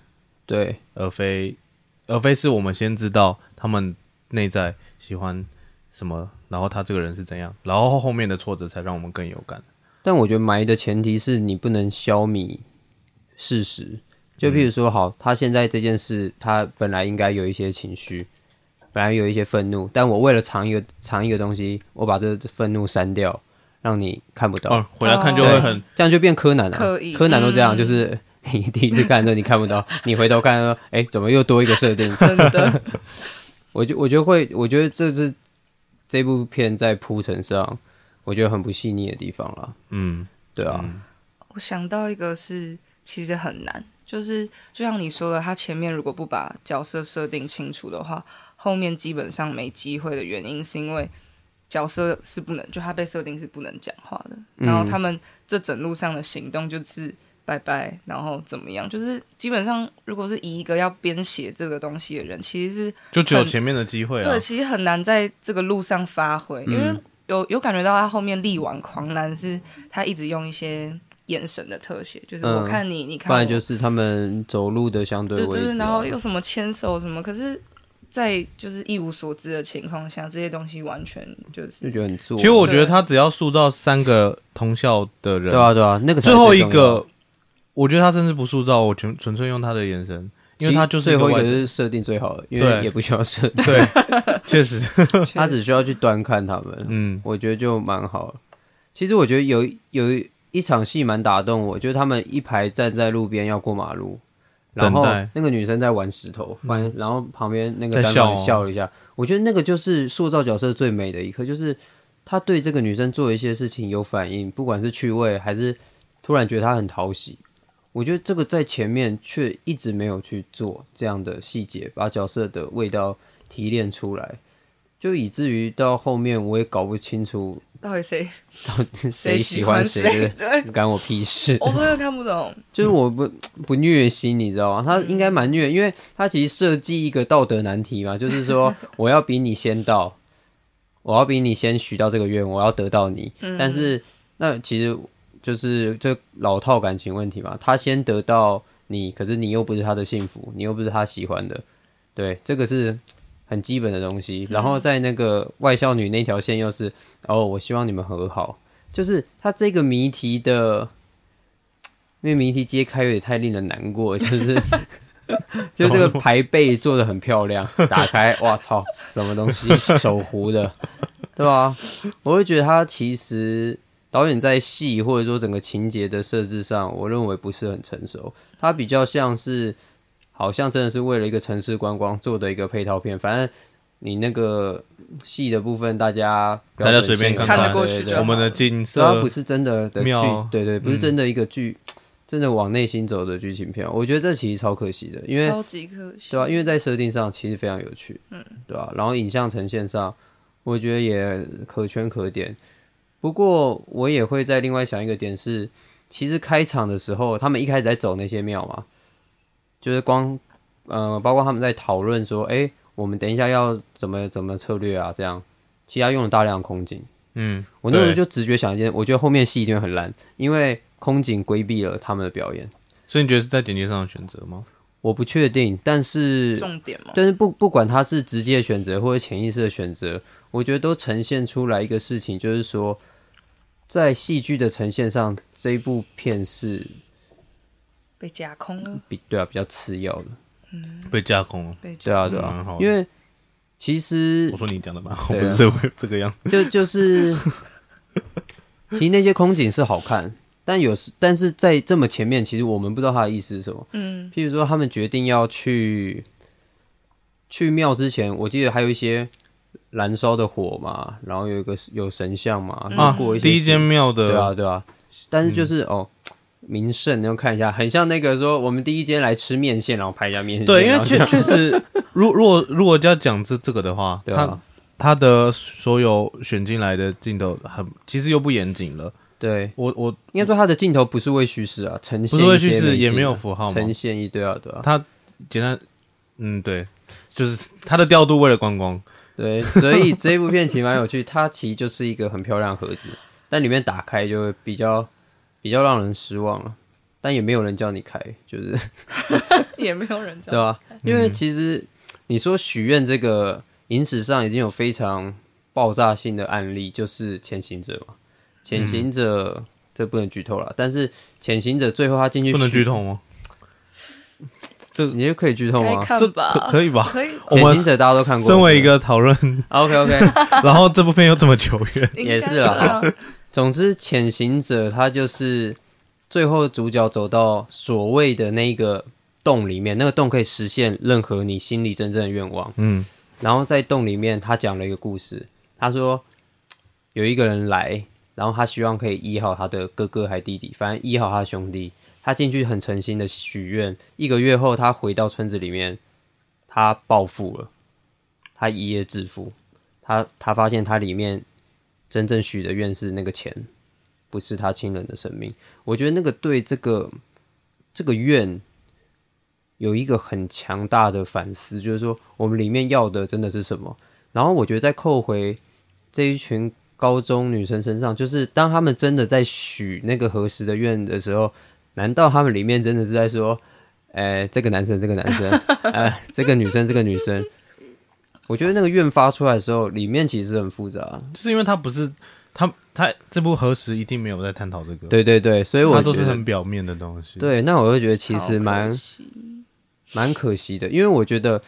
Speaker 2: 对
Speaker 3: 而非而非是我们先知道他们内在喜欢什么，然后他这个人是怎样，然后后面的挫折才让我们更有感。
Speaker 2: 但我觉得埋的前提是你不能消弭事实。就譬如说，好，他现在这件事，他本来应该有一些情绪，本来有一些愤怒，但我为了藏一个藏一个东西，我把这愤怒删掉，让你看不到。
Speaker 3: 哦，回来看就
Speaker 2: 对
Speaker 3: 会很
Speaker 2: 这样就变柯南了、
Speaker 1: 刻意
Speaker 2: 柯南都这样，
Speaker 1: 嗯
Speaker 2: 就是你第一次看的时候你看不到，你回头看说，哎、怎么又多一个设定？
Speaker 1: 真的，
Speaker 2: 我觉我觉得会，我觉得这是这部片在铺陈上，我觉得很不细腻的地方啦。
Speaker 3: 嗯，
Speaker 2: 对啊，
Speaker 1: 我想到一个是其实很难，就是就像你说的，他前面如果不把角色设定清楚的话，后面基本上没机会的原因是因为角色是不能，就他被设定是不能讲话的，然后他们这整路上的行动就是。拜拜，然后怎么样？就是基本上，如果是以一个要编写这个东西的人，其实是
Speaker 3: 就只有前面的机会啊
Speaker 1: 对，，其实很难在这个路上发挥，
Speaker 2: 嗯
Speaker 1: 因为有有感觉到他后面力挽狂澜，是他一直用一些眼神的特写，就是
Speaker 2: 嗯
Speaker 1: 我看你，你
Speaker 2: 不
Speaker 1: 看我，
Speaker 2: 然就是他们走路的相对
Speaker 1: 对
Speaker 2: 位
Speaker 1: 对
Speaker 2: 置啊、
Speaker 1: 对，然后又什么牵手什么，可是，在就是一无所知的情况下，这些东西完全就是
Speaker 2: 就觉得很做。
Speaker 3: 其实我觉得
Speaker 1: 对
Speaker 3: 他只要塑造三个同校的人，
Speaker 2: 对啊对啊，那个才
Speaker 3: 最
Speaker 2: 是
Speaker 3: 后一
Speaker 2: 重要
Speaker 3: 个，我觉得他甚至不塑造，我纯纯粹用他的眼神，因为他就是
Speaker 2: 最
Speaker 3: 个
Speaker 2: 后一
Speaker 3: 外
Speaker 2: 个是设定最好的，因为
Speaker 3: 对
Speaker 2: 也不需
Speaker 1: *laughs*
Speaker 2: 要设定，
Speaker 3: *laughs* 对，确实，
Speaker 2: *laughs* 他只需要去端看他们。
Speaker 3: 嗯，
Speaker 2: 我觉得就蛮好。其实我觉得有有一场戏蛮打动我，就是他们一排站在路边要过马路，然后
Speaker 3: 等待
Speaker 2: 那个女生在玩石头，
Speaker 1: 嗯
Speaker 2: 反、然后旁边那个
Speaker 3: 在
Speaker 2: 单
Speaker 3: 笑
Speaker 2: 反
Speaker 3: 哦
Speaker 2: 笑了一下。我觉得那个就是塑造角色最美的一刻，就是他对这个女生做一些事情有反应，不管是趣味还是突然觉得她很讨喜。我觉得这个在前面却一直没有去做这样的细节，把角色的味道提炼出来，就以至于到后面我也搞不清楚 *laughs*
Speaker 1: 到底谁
Speaker 2: 到底谁喜
Speaker 1: 喜
Speaker 2: 欢
Speaker 1: 谁
Speaker 2: 谁，，
Speaker 1: 对，
Speaker 2: 干我屁事。
Speaker 1: 我真的看不懂，
Speaker 2: 就是我不不虐心，你知道吗？他应该蛮虐，因为他其实设计一个道德难题嘛，就是说我要比你先到，我要比你先许到这个愿，我要得到你。但是那其实就是这老套感情问题嘛，他先得到你，可是你又不是他的幸福，你又不是他喜欢的，对，这个是很基本的东西。然后在那个外校女那条线又是，哦，我希望你们和好，就是他这个谜题的。因为谜题揭开有点太令人难过， *laughs* 就是就这个牌背做的很漂
Speaker 3: *laughs*
Speaker 2: 亮，打开，哇操，什么东西， *laughs* 手糊的，对吧、我会觉得他其实导演在戏或者说整个情节的设置上，我认为不是很成熟，他比较像是好像真的是为了一个城市观光做的一个配套片，反正。你那个戏的部分，大家不要
Speaker 3: 大家随便
Speaker 2: 本性
Speaker 3: 看
Speaker 1: 看
Speaker 3: 看
Speaker 1: 得过去
Speaker 2: 对对
Speaker 1: 就
Speaker 2: 对
Speaker 1: 好
Speaker 3: 我们的景
Speaker 2: 所以它
Speaker 3: 色
Speaker 2: 啊不是真的的剧
Speaker 3: 妙，
Speaker 2: 对对，不是真的一个剧，真的往内心走的剧情片。我觉得这其实超可惜 *laughs* 的，因为
Speaker 1: 超级可惜，
Speaker 2: 对啊吧、因为在设定上其实非常有趣，嗯，对吧、然后影像呈现上，我觉得也可圈可点。不过我也会在另外想一个点是，其实开场的时候，他们一开始在走那些庙嘛，就是光呃，包括他们在讨论说，哎、我们等一下要怎么怎么策略啊，这样，其实他用了大量的空景。
Speaker 3: 嗯，
Speaker 2: 我那时候
Speaker 3: 对
Speaker 2: 就直觉想一件，我觉得后面戏一定会很烂，因为空警规避了他们的表演。
Speaker 3: 所以你觉得是在剪辑上的选择吗？
Speaker 2: 我不确定，但是
Speaker 1: 重点哦嘛，
Speaker 2: 但是不不管他是直接的选择或者潜意识的选择，我觉得都呈现出来一个事情，就是说，在戏剧的呈现上，这一部片是
Speaker 1: 被架空了，
Speaker 2: 比对啊比较次要的，
Speaker 3: 被架空了。
Speaker 1: 被架
Speaker 2: 对啊对
Speaker 3: 嗯蛮好
Speaker 2: 啊，
Speaker 3: 的
Speaker 2: 因为其实
Speaker 3: 我说你讲的蛮好，
Speaker 2: 对啊
Speaker 3: 不是这个这个样子。 *laughs*
Speaker 2: 就就是，其实那些空景是好看，但有时但是在这么前面，其实我们不知道它的意思是什么。
Speaker 1: 嗯，
Speaker 2: 譬如说他们决定要去去庙之前，我记得还有一些燃烧的火嘛，然后有一个有神像嘛，
Speaker 3: 啊
Speaker 2: 嗯路过一，些
Speaker 3: 第一间庙的嗯
Speaker 2: 对啊，对啊，但是就是、哦。名胜，你要看一下，很像那个说我们第一间来吃面线，然后拍一下面线。
Speaker 3: 对，因
Speaker 2: 然
Speaker 3: 为
Speaker 2: 后
Speaker 3: 确
Speaker 2: 这样
Speaker 3: 确 *laughs* 实，如如果如果要讲这这个的话，
Speaker 2: 对
Speaker 3: 他
Speaker 2: 啊，
Speaker 3: 他的所有选进来的镜头很，其实又不严谨了。
Speaker 2: 对，
Speaker 3: 我我
Speaker 2: 应该说他的镜头不是为叙事啊，呈
Speaker 3: 不
Speaker 2: 现
Speaker 3: 是会
Speaker 2: 一
Speaker 3: 去
Speaker 2: 些
Speaker 3: 是
Speaker 2: 美
Speaker 3: 也没
Speaker 2: 景
Speaker 3: 有
Speaker 2: 啊
Speaker 3: 符号嘛，
Speaker 2: 呈现一对啊，对啊，
Speaker 3: 他简单，嗯，对，就是他的调度为了观光，
Speaker 2: 对，所以这部片其实蛮有趣，它其实就是一个很漂亮的盒子，但里面打开就会比较比较让人失望了，但也没有人叫你开，就是
Speaker 1: 也没有人知
Speaker 2: 对啊吧、因
Speaker 3: 嗯
Speaker 2: 为其实你说许愿这个影史上已经有
Speaker 3: 嗯
Speaker 2: 非常爆炸性的案例，就是《潜行者》嘛，《潜行者》这不能剧透了。但是潜行者最后他进去
Speaker 3: 不能
Speaker 2: 寻
Speaker 3: 剧透吗？
Speaker 2: 这你就可以剧透
Speaker 1: 该
Speaker 2: 吗？
Speaker 3: 这
Speaker 1: 看吧
Speaker 3: 可，可以吧？
Speaker 1: 可以，
Speaker 3: 我
Speaker 2: 潜
Speaker 3: 们
Speaker 2: 行者大家都看过，
Speaker 3: 身为一个讨论，
Speaker 2: OK OK，
Speaker 3: *laughs* 然后这部片又这么久远，
Speaker 2: 也是啊啦
Speaker 1: 了。
Speaker 2: 总之潜行者他就是最后主角走到所谓的那个洞里面，那个洞可以实现任何你心里真正的愿望。
Speaker 3: 嗯，
Speaker 2: 然后在洞里面，他讲了一个故事，他说有一个人来，然后他希望可以医好他的哥哥还弟弟，反正医好他兄弟。他进去很诚心的许愿，一个月后他回到村子里面，他暴富了，他一夜致富。他他发现他里面真正许的愿是那个钱，不是他亲人的生命。我觉得那个对这个这个愿有一个很强大的反思，就是说我们里面要的真的是什么。然后我觉得再扣回这一群高中女生身上，就是当她们真的在许那个合时的愿的时候，难道她们里面真的是在说，呃，这个男生，这个男生， *laughs* 呃，这个女生，这个女生？我觉得那个愿发出来的时候，里面其实很复杂。
Speaker 3: 就是因为他不是他他这部核实一定没有在探讨这个，，
Speaker 2: 对对对，所以我
Speaker 3: 他都
Speaker 2: 觉
Speaker 3: 是
Speaker 2: 得
Speaker 3: 很表面的东西。，
Speaker 2: 对。那我就觉得其实蛮
Speaker 1: 好可惜
Speaker 2: 蛮可惜的，因为我觉得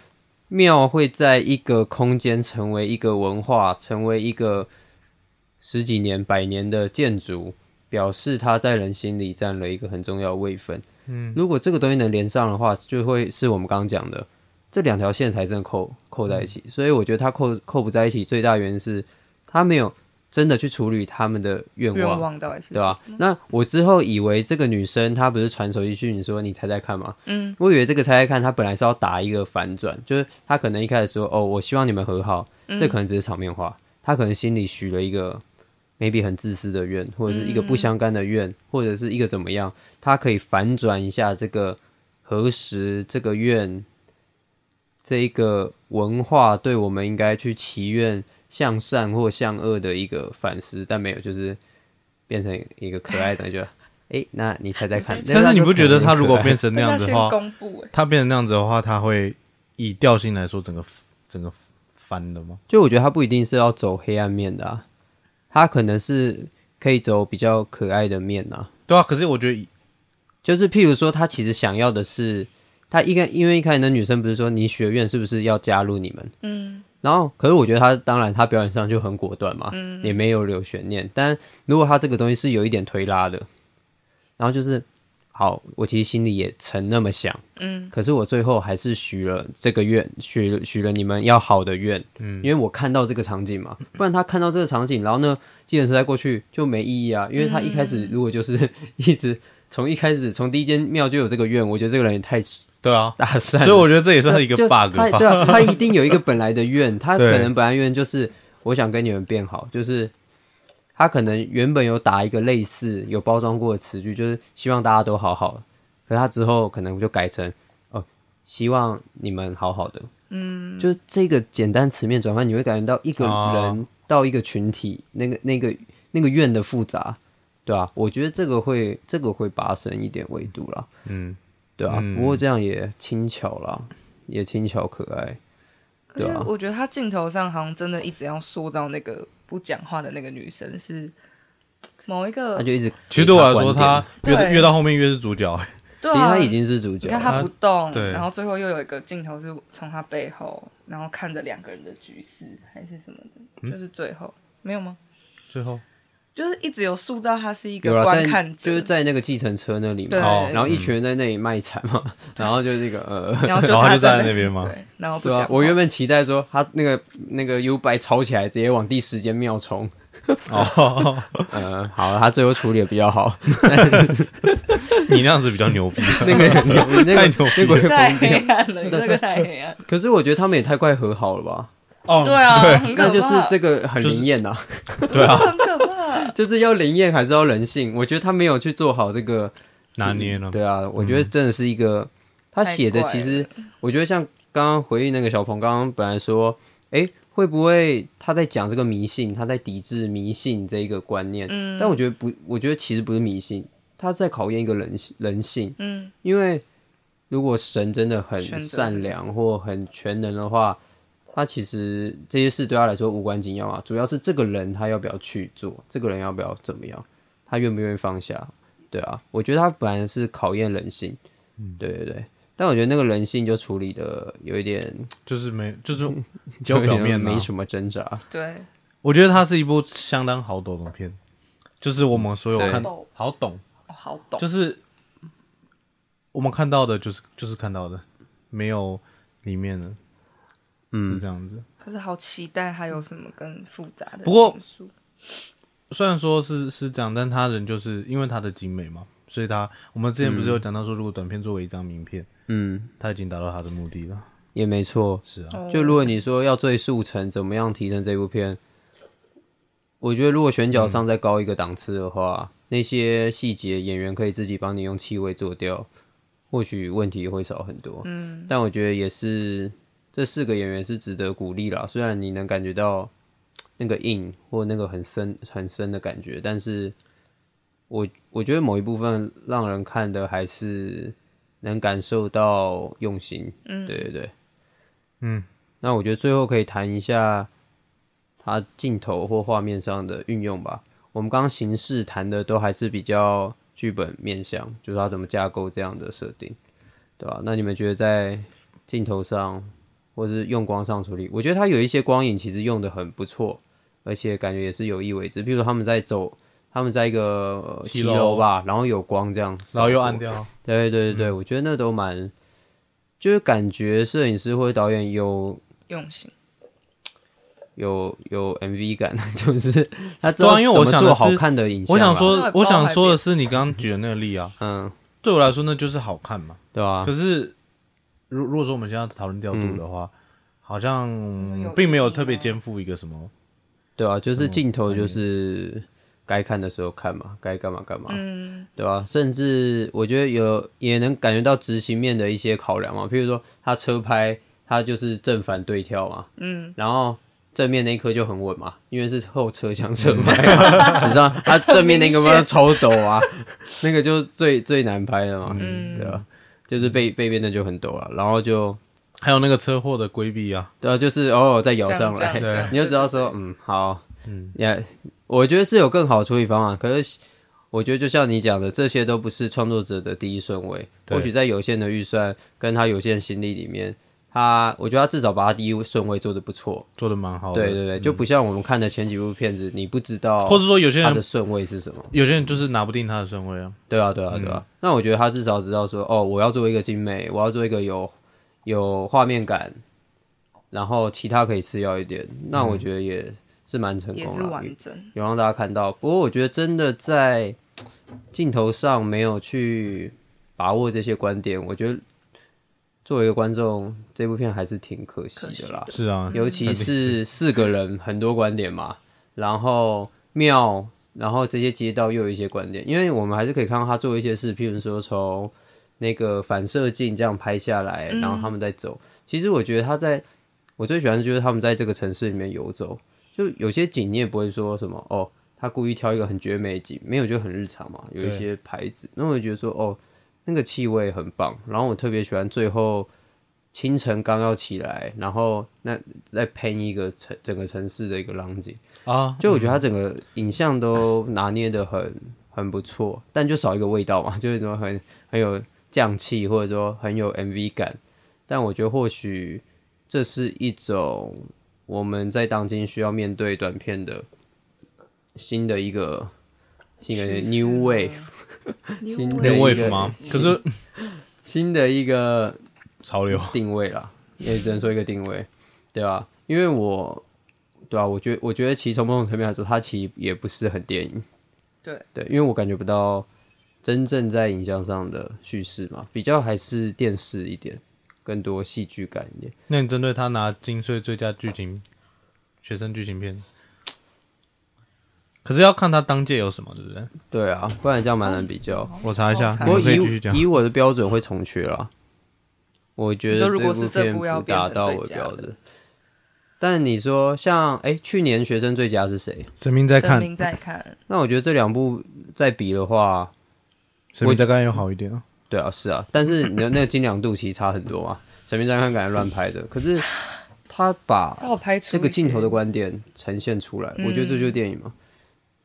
Speaker 2: 庙会在一个空间成为一个文化，成为一个十几年、百年的建筑，表示它在人心里占了一个很重要的位分。嗯，如果这个东西能连上的话，就会是我们刚刚讲的这两条线才真的扣扣在一起。所以我觉得它扣扣不在一起，最大原因是它没有真的去处理他们的愿
Speaker 1: 愿
Speaker 2: 望。
Speaker 1: 望到底是
Speaker 2: 啊对吧、那我之后以为这个女生她不是传手机讯你说你猜猜看嘛？
Speaker 1: 嗯，
Speaker 2: 我以为这个猜猜看，她本来是要打一个反转，就是她可能一开始说哦，我希望你们和好，这可能只是场面话，她可能心里许了一个 maybe 很自私的愿，或者是一个不相干的愿，或者是一个怎么样，她可以反转一下这个何时这个愿。这一个文化对我们应该去祈愿向善或向恶的一个反思，但没有，就是变成一个可爱的，就诶，那你猜猜看。
Speaker 3: 但是你不觉得他如果
Speaker 2: 变？
Speaker 3: 变成那
Speaker 1: *laughs* 那
Speaker 3: 样子的话
Speaker 1: 先，公布哎，
Speaker 3: 他变成那样子的话，他会以调性来说，整个整个翻的吗？
Speaker 2: 就我觉得他不一定是要走黑暗面的、啊，他可能是可以走比较可爱的面啊。
Speaker 3: 对啊，可是我觉得
Speaker 2: 就是譬如说，他其实想要的是，他一开因为一开始那女生不是说你学院是不是要加入你们？
Speaker 1: 嗯，
Speaker 2: 然后，可是我觉得他当然他表演上就很果断嘛，也没有留悬念。但如果他这个东西是有一点推拉的，然后就是好，我其实心里也曾那么想，
Speaker 1: 嗯，
Speaker 2: 可是我最后还是许了这个愿，许了许了你们要好的愿，嗯，因为我看到这个场景嘛，不然他看到这个场景，然后呢，既然是在过去就没意义啊，因为他一开始如果就是 *laughs* 一直从一开始从第一间庙就有这个愿，我觉得这个人也太 *laughs*
Speaker 3: 对啊，
Speaker 2: 大善了，
Speaker 3: 所以我觉得这也算是一个
Speaker 2: 就
Speaker 3: bug
Speaker 2: 他
Speaker 3: 吧
Speaker 2: 对。啊，他一定有一个本来的
Speaker 3: *laughs*
Speaker 2: 愿，他
Speaker 3: 对
Speaker 2: 可能本来愿就是我想跟你们变好，就是他可能原本有打一个类似有包装过的词句，就是希望大家都好好的。可是他之后可能就改成哦，希望你们好好的。嗯，就这个简单词面转换，你会感觉到一个人
Speaker 3: 哦
Speaker 2: 到一个群体，那个那个那个愿的复杂，对啊，我觉得这个会这个会拔升一点维度啦。
Speaker 3: 嗯，
Speaker 2: 对啊，
Speaker 3: 嗯
Speaker 2: 不过这样也轻巧啦，也轻巧可爱，
Speaker 1: 而
Speaker 2: 对
Speaker 1: 且
Speaker 2: 啊，
Speaker 1: 我觉得他镜头上好像真的一直要塑造那个不讲话的那个女生是某一个
Speaker 2: 他，就一直
Speaker 3: 其实对我来说，
Speaker 2: 给观
Speaker 3: 他
Speaker 2: 点
Speaker 3: 越
Speaker 1: 对
Speaker 3: 越到后面越是主角，欸
Speaker 1: 对
Speaker 2: 其实
Speaker 1: 啊，
Speaker 2: 他已经是主角
Speaker 1: 你
Speaker 2: 了，
Speaker 1: 看他不动，
Speaker 3: 对
Speaker 1: 然后最后又有一个镜头是从他背后，然后看着两个人的局势还是什么的，
Speaker 3: 嗯
Speaker 1: 就是最后没有吗？
Speaker 3: 最后
Speaker 1: 就是一直有塑造他是一
Speaker 2: 有
Speaker 1: 个
Speaker 2: 了
Speaker 1: 观
Speaker 2: 啊在
Speaker 1: 看者，
Speaker 2: 就是在那个计程车那里嘛
Speaker 1: 对，
Speaker 3: 哦
Speaker 2: 然后一群人在那里卖惨嘛，然后就是这个呃。
Speaker 1: 然后
Speaker 3: 然后他
Speaker 1: 他
Speaker 3: 就站在
Speaker 1: 那
Speaker 3: 那边嘛
Speaker 1: 对，然后不
Speaker 2: 对
Speaker 1: 讲
Speaker 2: 啊
Speaker 1: 话，，
Speaker 2: 我原本期待说他那个那个 U 拜吵起来，直接往第十间庙冲。
Speaker 3: 哦，
Speaker 2: 呃，好，他最后处理的比较好，
Speaker 3: *laughs* 你那样子比较牛逼。
Speaker 2: 那个那个
Speaker 3: 太牛逼
Speaker 2: 那个会
Speaker 1: 太
Speaker 2: 疯掉。
Speaker 1: 黑暗了，
Speaker 2: *laughs*
Speaker 1: 这个太黑暗。
Speaker 2: 可是我觉得他们也太快和好了吧？
Speaker 3: 哦，
Speaker 1: *laughs* 对啊，很
Speaker 2: 那
Speaker 1: 可
Speaker 2: 就是
Speaker 1: 怕，
Speaker 2: 这个很
Speaker 3: 就是
Speaker 2: 灵验呐。
Speaker 3: 对啊，
Speaker 1: 很可怕。
Speaker 2: 就是要灵验还是要人性？我觉得他没有去做好这个
Speaker 3: 拿捏了。
Speaker 2: 对啊，我觉得真的是一个、他写的，其实我觉得像刚刚回应那个小鹏，刚刚本来说，诶，会不会他在讲这个迷信，他在抵制迷信这一个观念？
Speaker 1: 嗯
Speaker 2: 但我觉得不，我觉得其实不是迷信，他在考验一个人性人性，
Speaker 1: 嗯，
Speaker 2: 因为如果神真的很
Speaker 1: 选择是
Speaker 2: 善良或很全能的话。他其实这些事对他来说无关紧要啊，主要是这个人他要不要去做，这个人要不要怎么样。他他愿不愿意放下，对啊，我觉得他本来是考验人性，
Speaker 3: 嗯
Speaker 2: 对对对，但我觉得那个人性就处理的有一点，
Speaker 3: 就是没，
Speaker 2: *laughs*
Speaker 3: 就是比较表面、啊，
Speaker 2: 没什么挣扎，
Speaker 1: 对，
Speaker 3: 我觉得它是一部相当好懂的片，就是我们所有
Speaker 2: 对
Speaker 3: 看
Speaker 1: 懂
Speaker 3: 好懂，
Speaker 1: 哦好懂，
Speaker 3: 就是我们看到的，就是就是看到的，没有里面的，
Speaker 2: 嗯
Speaker 3: 是这样子。
Speaker 1: 可是好期待还有什么更复杂的
Speaker 3: 不过
Speaker 1: 情愫
Speaker 3: 虽然说是是这样，但他人就是因为他的精美嘛，所以他我们之前不是有讲到说，如果短片作为一张名片，
Speaker 2: 嗯，
Speaker 3: 他已经达到他的目的了。
Speaker 2: 也没错，
Speaker 3: 是啊，
Speaker 1: 哦
Speaker 2: 就如果你说要最速成，怎么样提升这部片？我觉得如果选角
Speaker 3: 嗯
Speaker 2: 上再高一个档次的话，那些细节演员可以自己帮你用气味做掉，或许问题会少很多。嗯，但我觉得也是这四个演员是值得鼓励啦。虽然你能感觉到那个硬或那个很深很深的感觉，但是我我觉得某一部分让人看的还是能感受到用心。嗯，对对对。
Speaker 3: 嗯
Speaker 2: 那我觉得最后可以谈一下它镜头或画面上的运用吧。我们刚刚形式谈的都还是比较剧本面向，就是它怎么架构这样的设定，对吧？那你们觉得在镜头上或是用光上处理，我觉得它有一些光影其实用的很不错，而且感觉也是有意为之。比如说他们在走，他们在一个呃
Speaker 3: 骑
Speaker 2: 骑
Speaker 3: 楼
Speaker 2: 楼吧，然后有光这样，
Speaker 3: 然后又按掉，
Speaker 2: 对对对对，
Speaker 3: 嗯
Speaker 2: 我觉得那都蛮，就是感觉摄影师或者导演有
Speaker 1: 用心，
Speaker 2: 有有 MV 感， *laughs* 就是他知
Speaker 3: 对
Speaker 2: 道
Speaker 3: 啊因为我
Speaker 2: 怎么
Speaker 3: 想的
Speaker 2: 做
Speaker 3: 是
Speaker 2: 好看的影像啊。
Speaker 3: 我想
Speaker 1: 那
Speaker 3: 说
Speaker 1: 很，包
Speaker 3: 我想
Speaker 1: 含
Speaker 3: 说的是，你刚刚举的那个例啊，
Speaker 2: 嗯，
Speaker 3: 对我来说那就是好看嘛。
Speaker 2: 对啊吧、
Speaker 3: 可是，如如果说我们现在讨论调度的话，好像
Speaker 1: 有
Speaker 3: 并没
Speaker 1: 意
Speaker 3: 有
Speaker 1: 义
Speaker 3: 特别
Speaker 1: 吗
Speaker 3: 肩负一个什么。
Speaker 2: 对啊，就
Speaker 3: 什
Speaker 2: 是
Speaker 3: 么
Speaker 2: 镜头
Speaker 3: 概
Speaker 2: 就
Speaker 3: 念
Speaker 2: 是该看的时候看嘛，该干嘛干嘛，
Speaker 1: 嗯，
Speaker 2: 对吧、甚至我觉得有也能感觉到执行面的一些考量嘛，譬如说他车拍，他就是正反对跳嘛，嗯，然后。正面那一颗就很稳嘛，因为是后车厢车拍啊， *laughs* 实际上他正面那个
Speaker 1: 嗯很
Speaker 2: 嘛
Speaker 1: 明显
Speaker 2: 超陡啊， *laughs* 那个就最最难拍的嘛，
Speaker 1: 嗯
Speaker 2: 对啊，就是背背面的就很陡啊，然后就
Speaker 3: 还有那个车祸的规避啊，
Speaker 2: 对啊，就是偶尔再摇上
Speaker 1: 这样
Speaker 2: 来
Speaker 1: 这样这样，
Speaker 2: *laughs* 你就知道说，嗯，好，嗯，也我觉得是有更好的处理方法。可是我觉得就像你讲的，这些都不是创作者的第一顺位。
Speaker 3: 对
Speaker 2: 或许在有限的预算跟他有限心力里面，他我觉得他至少把他第一顺位做的不错。
Speaker 3: 做的蛮好的。嗯
Speaker 2: 对对对，就不像我们看的前几部片子，你不知道
Speaker 3: 或者说有些
Speaker 2: 他的
Speaker 3: 人，
Speaker 2: 顺位是什么。
Speaker 3: 有些人就是拿不定他的顺位啊。
Speaker 2: 对啊，对啊，对啊。那我觉得他至少知道说，哦，我要做一个精美，我要做一个有有画面感，然后其他可以次要一点。那我觉得也是蛮成
Speaker 1: 也
Speaker 2: 功
Speaker 1: 是
Speaker 2: 的，
Speaker 1: 完整，
Speaker 2: 有让大家看到。不过我觉得真的在镜头上没有去把握这些观点，我觉得作为一个观众，这部片还是挺可惜的啦。
Speaker 3: 是啊，
Speaker 2: 尤其是四个人很多观点嘛，然后庙，然后这些街道又有一些观点，因为我们还是可以看到他做一些事，譬如说从那个反射镜这样拍下来，然后他们在走。其实我觉得他在，我最喜欢的就是他们在这个城市里面游走，就有些景你也不会说什么哦，他故意挑一个很绝美的景，没有就很日常嘛，有一
Speaker 3: 对
Speaker 2: 些牌子，那我就觉得说哦，那个气味很棒，然后我特别喜欢最后。清晨刚要起来，然后那再喷一个城整个城市的一个浪景，
Speaker 3: 啊，
Speaker 2: 就我觉得它整个影像都拿捏的很很不错，但就少一个味道嘛， *laughs* 就是说很很有匠气，或者说很有 MV 感。但我觉得或许这是一种我们在当今需要面对短片的新的一个新
Speaker 1: 趋
Speaker 2: 的
Speaker 1: 势
Speaker 2: new way，新
Speaker 1: ，new wave
Speaker 2: 的一
Speaker 3: New
Speaker 2: 个
Speaker 3: Wave 吗？可是
Speaker 2: 新的一个
Speaker 3: 潮流
Speaker 2: 定位啦，也只能说一个定位，对吧、因为我，对啊，我觉我觉得其实从某种层面来说，它其实也不是很电影，
Speaker 1: 对
Speaker 2: 对，因为我感觉不到真正在影像上的叙事嘛，比较还是电视一点，更多戏剧感一点。
Speaker 3: 那你针对他拿金穗最佳剧情学生剧情片，可是要看他当届有什么，对不对？
Speaker 2: 对啊，不然这样蛮难比较。
Speaker 3: 我查一下
Speaker 1: 好惨
Speaker 2: 不
Speaker 3: 哦你
Speaker 2: 过
Speaker 3: 们可以
Speaker 2: 以
Speaker 3: 继续讲
Speaker 2: 以我的标准会重缺啦，我觉
Speaker 1: 你
Speaker 2: 得
Speaker 1: 说如果是这
Speaker 2: 片
Speaker 1: 部要
Speaker 2: 不
Speaker 1: 变
Speaker 2: 达
Speaker 1: 成
Speaker 2: 到
Speaker 1: 最
Speaker 2: 我的
Speaker 1: 佳
Speaker 2: 标
Speaker 1: 的
Speaker 2: 准。但你说像哎、去年学生最佳是谁？
Speaker 3: 神明在
Speaker 1: 神
Speaker 3: 看，
Speaker 1: 明在看，
Speaker 2: 那我觉得这两部再比的话，
Speaker 3: 神明在看又好一点啊。
Speaker 2: 对啊，是啊，但是你的那个精良度其实差很多嘛。神明在看感觉乱拍的，可是他把
Speaker 1: 哦要我拍出
Speaker 2: 这个
Speaker 1: 一些
Speaker 2: 镜头的观点呈现出来，我觉得这就是电影嘛。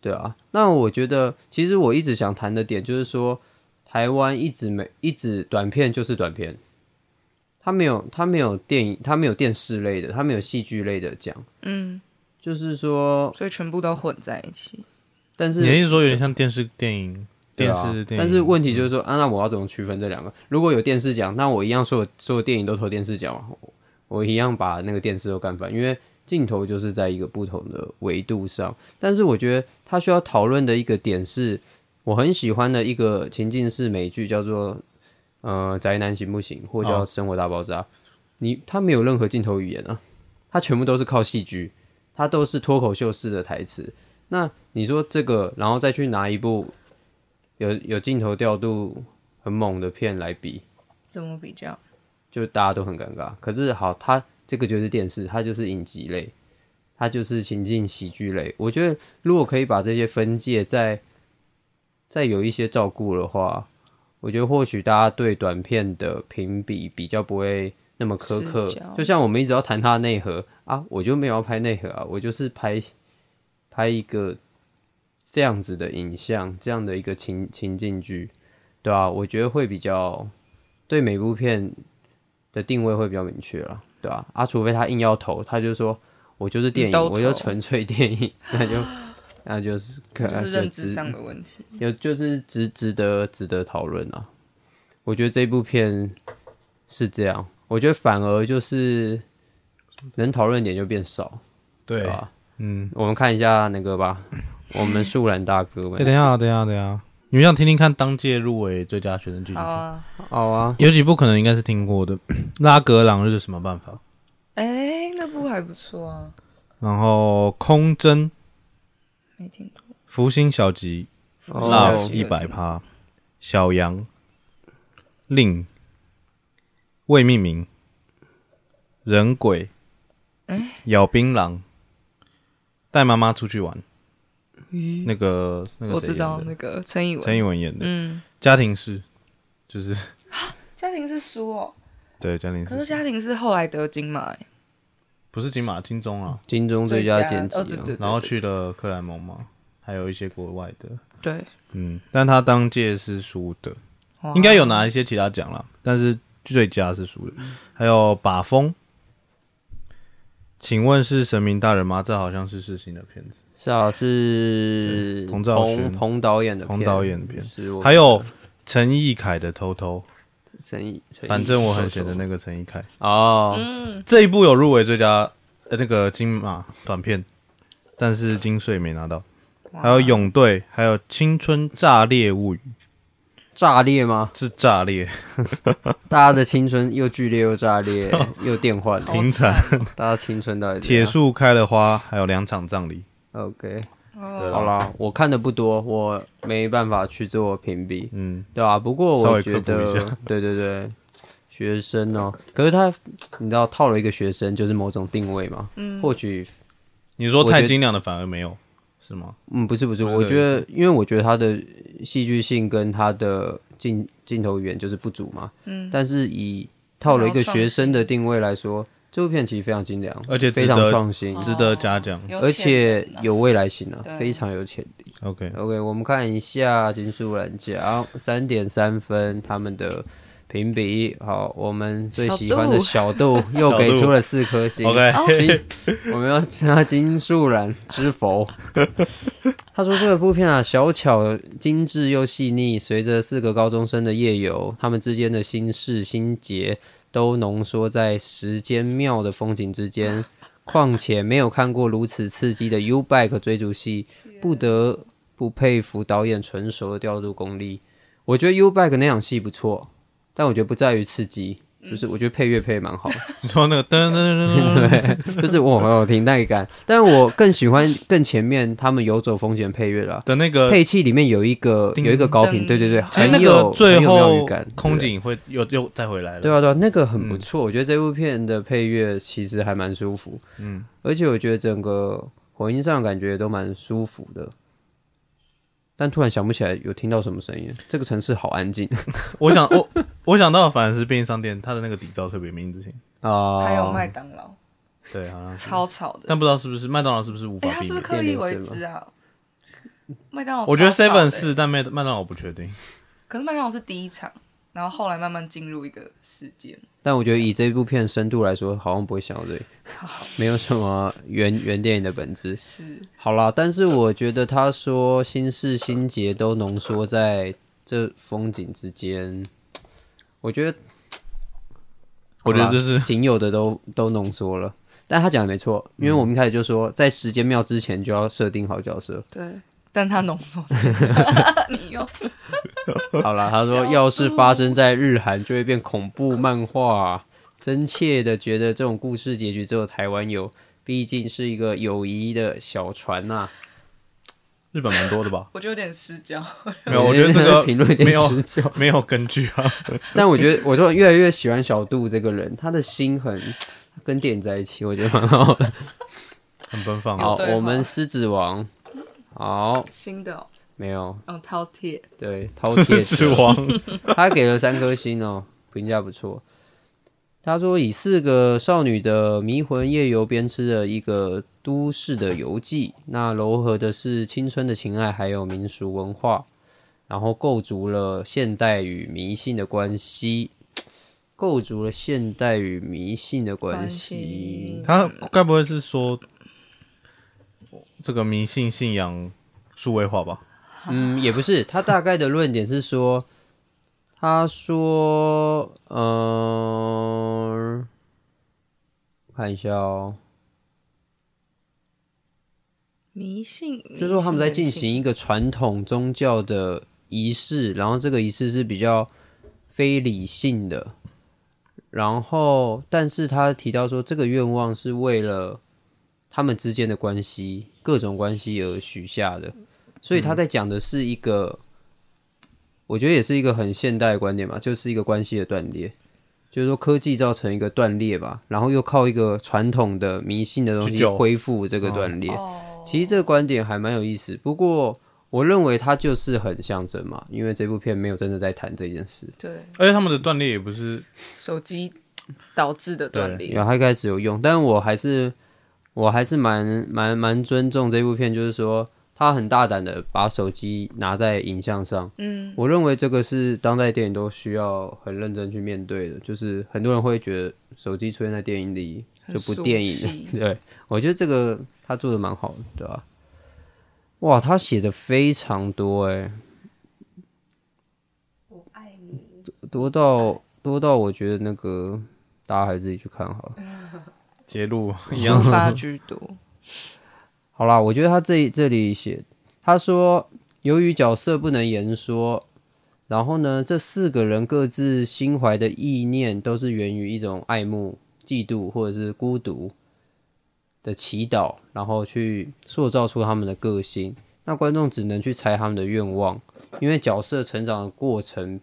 Speaker 2: 对啊，那我觉得其实我一直想谈的点就是说，台湾一直没一直短片就是短片，它没有它没有电影，它没有电视类的，它没有戏剧类的奖，
Speaker 1: 嗯，
Speaker 2: 就是说，
Speaker 1: 所以全部都混在一起。
Speaker 2: 但是
Speaker 3: 你的意思说有点像电视电影？
Speaker 2: 对
Speaker 3: 电
Speaker 2: 啊
Speaker 3: 视电影，
Speaker 2: 但是问题就是说，啊，那我要怎么区分这两个？如果有电视奖，那我一样所有所有电影都投电视奖嘛，我我一样把那个电视都干翻，因为镜头就是在一个不同的维度上。但是我觉得他需要讨论的一个点是，我很喜欢的一个情境式美剧，叫做呃《宅男行不行》或叫《
Speaker 3: 哦
Speaker 2: 生活大爆炸》你他没有任何镜头语言啊，他全部都是靠戏剧，他都是脱口秀式的台词。那你说这个，然后再去拿一部有有镜头调度很猛的片来比，
Speaker 1: 怎么比较？
Speaker 2: 就大家都很尴尬。可是好，它这个就是电视，它就是影集类，它就是情境喜剧类。我觉得如果可以把这些分界再再有一些照顾的话，我觉得或许大家对短片的评比比较不会那么苛刻
Speaker 1: 失焦。
Speaker 2: 就像我们一直要谈它的内核啊，我就没有要拍内核啊，我就是拍拍一个这样子的影像，这样的一个情情境剧，对啊，我觉得会比较对每部片的定位会比较明确了，对吧、啊？啊，除非他硬要投，他就说我就是电
Speaker 1: 你都
Speaker 2: 影，
Speaker 1: 投
Speaker 2: 我就纯粹电影， *laughs* 那就那就是可
Speaker 1: 就
Speaker 2: 能
Speaker 1: 是
Speaker 2: 就
Speaker 1: 认知
Speaker 2: 值
Speaker 1: 上的问
Speaker 2: *laughs*
Speaker 1: 题。
Speaker 2: 有就是值值得值得讨论啊。我觉得这部片是这样，我觉得反而就是能讨论点就变少，
Speaker 3: 对
Speaker 2: 对啊吧？
Speaker 3: 嗯，
Speaker 2: 我们看一下那个吧，我们树懒大哥
Speaker 3: 哎、
Speaker 2: 们
Speaker 3: 等一，下，等一下，等一下，你们想听听看当届入围最佳学生剧情
Speaker 1: 好啊，
Speaker 2: 好啊，
Speaker 3: 有几部可能应该是听过的， *clears throat* 《拉格朗日什么办法》，
Speaker 1: 哎，那部还不错啊，
Speaker 3: 然后《空针》《
Speaker 1: 没听过。
Speaker 3: 福星小吉》
Speaker 1: 哦
Speaker 3: Love
Speaker 1: 浪
Speaker 3: 一百趴，小羊，令，未命名，人鬼，咬槟榔，带妈妈出去玩，那个那个
Speaker 1: 我
Speaker 3: 谁
Speaker 1: 知道
Speaker 3: 演的
Speaker 1: 那个陈以
Speaker 3: 陈
Speaker 1: 文，
Speaker 3: 以文演的、
Speaker 1: 嗯，
Speaker 3: 家庭式，就是 *laughs*
Speaker 1: 家庭是书哦，
Speaker 3: 对家庭
Speaker 1: 可是
Speaker 3: 式，
Speaker 1: 家庭是后来得金马哎，
Speaker 3: 不是金马金钟
Speaker 1: 嗯
Speaker 3: 啊，
Speaker 2: 金钟最佳剪辑、
Speaker 1: 哦对对
Speaker 2: 啊
Speaker 1: 对，
Speaker 3: 然后去了克莱蒙嘛，还有一些国外的，
Speaker 1: 对，
Speaker 3: 嗯，但他当届是输的，
Speaker 1: 哇
Speaker 3: 应该有拿一些其他奖啦，但是最佳是输的。还有把风，请问是神明大人吗？这好像是世新的片子，
Speaker 2: 是啊，是
Speaker 3: 彭兆轩
Speaker 2: 彭导演的片
Speaker 3: 彭导演的片
Speaker 2: 是我
Speaker 3: 还有陈义凯的《偷偷
Speaker 2: 陈毅，陈》，毅
Speaker 3: 反正我很闲的那个陈义凯，
Speaker 2: 哦，
Speaker 1: 嗯，
Speaker 3: 这一部有入围最佳呃那个金马短片，但是金穗没拿到。
Speaker 1: 哇
Speaker 3: 还有泳队，还有《青春炸裂物语》
Speaker 2: 炸裂吗？
Speaker 3: 是炸裂，
Speaker 2: 大家的青春又剧烈又炸
Speaker 3: *laughs*
Speaker 2: 裂又电幻，
Speaker 1: 好哦
Speaker 3: 停产。
Speaker 2: 大家青春到底怎
Speaker 3: 铁
Speaker 2: 样
Speaker 3: 树开了花，还有两场葬礼。
Speaker 2: OK，
Speaker 1: 哦
Speaker 2: 好啦，我看的不多，我没办法去做评比，
Speaker 3: 嗯，
Speaker 2: 对吧、不过
Speaker 3: 稍
Speaker 2: 我
Speaker 3: 微
Speaker 2: 觉
Speaker 3: 科普一
Speaker 2: 得
Speaker 3: 下，
Speaker 2: 对对对，学生哦、可是他你知道套了一个学生就是某种定位嘛，嗯，或许
Speaker 3: 你说
Speaker 2: 我觉
Speaker 3: 太
Speaker 2: 得
Speaker 3: 精良的反而没有是吗？
Speaker 2: 嗯，不是不是，
Speaker 3: 不是
Speaker 2: 我
Speaker 3: 这个
Speaker 2: 觉得，因为我觉得他的戏剧性跟他的镜镜头语言就是不足嘛。嗯，但是以套了一个学生的定位来说，这部片其实非常精良，
Speaker 3: 而且值
Speaker 2: 非常
Speaker 3: 得
Speaker 2: 创新，
Speaker 3: 值得嘉奖。
Speaker 1: 有
Speaker 2: 而
Speaker 1: 钱
Speaker 2: 且
Speaker 1: 人啊
Speaker 2: 有未来性啊，
Speaker 1: 对
Speaker 2: 非常有潜力。
Speaker 3: OK，
Speaker 2: OK，我们看一下金素兰奖三点三分他们的评比。好，我们最喜欢的小度又给出了四颗星。
Speaker 3: OK
Speaker 2: 金哦我们要称他金素兰之佛。他说这个部片啊，小巧、精致又细腻，随着四个高中生的夜游，他们之间的心事、心结都浓缩在时间妙的风景之间。况且没有看过如此刺激的 U Bike 追逐戏，不得不佩服导演纯熟的调度功力。我觉得 U Bike 那场戏不错，但我觉得不在于刺激，就是我觉得配乐配得蛮好的，
Speaker 3: 你说那个噔噔噔噔噔， *laughs*
Speaker 2: 就是我很有听带感。但我更喜欢更前面他们游走风险配乐啦。
Speaker 3: 的那
Speaker 2: *laughs*
Speaker 3: 个，
Speaker 2: 配器里面有一个
Speaker 3: 呃叮
Speaker 2: 有一个高频，
Speaker 1: 噔
Speaker 2: 对对对，
Speaker 3: 其实那
Speaker 2: 很有
Speaker 3: 个最
Speaker 2: 很有妙
Speaker 3: 后
Speaker 2: 语感，
Speaker 3: 空嗯
Speaker 2: 对
Speaker 3: 警会又又再回来了。
Speaker 2: 对啊，对啊，那个很不错，我觉得这部片的配乐其实还蛮舒服，嗯，而且我觉得整个混音上感觉都蛮舒服的。但突然想不起来有听到什么声音，这个城市好安静
Speaker 3: 我想我我想到的反而是便利商店，它的那个底噪特别明显。
Speaker 2: 啊！
Speaker 1: 还有麦当劳，
Speaker 3: 对，好像是，啊
Speaker 1: 超吵的。
Speaker 3: 但不知道是不是麦当劳是不是无
Speaker 1: 哎，
Speaker 3: 法
Speaker 1: 他
Speaker 3: 避
Speaker 1: 是不是
Speaker 3: 免？
Speaker 1: 刻意为之啊？麦当劳
Speaker 3: 我觉得
Speaker 1: 超少
Speaker 3: Seven
Speaker 1: 的
Speaker 3: 是，但麦麦当劳我不确定。
Speaker 1: 可是麦当劳是第一场，然后后来慢慢进入一个事件。
Speaker 2: 但我觉得以这部片深度来说，好像不会想到这里，没有什么原原电影的本质。
Speaker 1: 是
Speaker 2: 好啦，但是我觉得他说心事心结都浓缩在这风景之间，我觉得
Speaker 3: 我觉得这是
Speaker 2: 仅有的都都浓缩了。但他讲的没错，因为我们一开始就说，在时间庙之前就要设定好角色。
Speaker 1: 对，但它浓缩，
Speaker 2: *laughs*
Speaker 1: 你又？
Speaker 3: *laughs*
Speaker 2: 好啦，他说要是发生在日韩，就会变恐怖漫画。真切的觉得这种故事结局只有台湾有，毕竟是一个友谊的小船啊呐、
Speaker 3: 日本蛮多的吧
Speaker 1: 我就有点失焦。
Speaker 3: 没有，我觉得这个
Speaker 2: *laughs* 评论有点
Speaker 3: 没有
Speaker 2: 失焦
Speaker 3: 没有根据啊。
Speaker 2: *laughs* 但我觉得，我就越来越喜欢小杜这个人，他的心很跟电影在一起，我觉得蛮好的。
Speaker 3: 很奔放
Speaker 2: 好，
Speaker 3: 啊。
Speaker 1: 对哈
Speaker 2: 我们狮子王，好，
Speaker 1: 新的、哦，
Speaker 2: 没有
Speaker 1: 嗯，饕餮，
Speaker 2: 对饕
Speaker 3: *laughs*
Speaker 2: 餮
Speaker 3: 之
Speaker 2: 者，
Speaker 3: 王，
Speaker 2: 他给了三颗星哦，评价不错。他说以四个少女的迷魂夜游编织的一个都市的游记，那糅合的是青春的情爱，还有民俗文化，然后构筑了现代与迷信的关系，构筑了现代与迷信的关系。
Speaker 3: 他该不会是说这个迷信信仰数位化吧？
Speaker 2: 嗯，也不是，他大概的论点是说，他说，嗯、我看一下哦，
Speaker 1: 迷信，迷
Speaker 2: 就是说他们在进
Speaker 1: 信人
Speaker 2: 行一个传统宗教的仪式，然后这个仪式是比较非理性的，然后但是他提到说，这个愿望是为了他们之间的关系、各种关系而许下的，所以他在讲的是一个，我觉得也是一个很现代的观点吧，就是一个关系的断裂。就是说，科技造成一个断裂吧，然后又靠一个传统的迷信的东
Speaker 3: 去
Speaker 2: 西
Speaker 3: 救
Speaker 2: 恢复这个断裂。
Speaker 1: 性哦，
Speaker 2: 其实这个观点还蛮有意思，不过我认为它就是很象征嘛，因为这部片没有真的在谈这件事。
Speaker 1: 对，
Speaker 3: 而且他们的断裂也不是
Speaker 1: 手机导致的断裂，
Speaker 2: 然后它一开始有用，但我还是我还是蛮蛮蛮尊重这部片，就是说他很大胆的把手机拿在影像上，
Speaker 1: 嗯，
Speaker 2: 我认为这个是当代电影都需要很认真去面对的，就是很多人会觉得手机出现在电影里
Speaker 1: 很
Speaker 2: 就不电影
Speaker 1: 俗
Speaker 2: 了
Speaker 1: 气。
Speaker 2: *laughs* 对，我觉得这个他做的蛮好的，对吧？哇，他写的非常多哎、多到多到我觉得那个大家还是自己去看好了。
Speaker 3: 揭露一样
Speaker 1: 触
Speaker 2: *laughs*
Speaker 1: 发居多，
Speaker 2: 好啦，我觉得他这这里写，他说由于角色不能言说，然后呢，这四个人各自心怀的意念都是源于一种爱慕、嫉妒或者是孤独的祈祷，然后去塑造出他们的个性。那观众只能去猜他们的愿望，因为角色成长的过程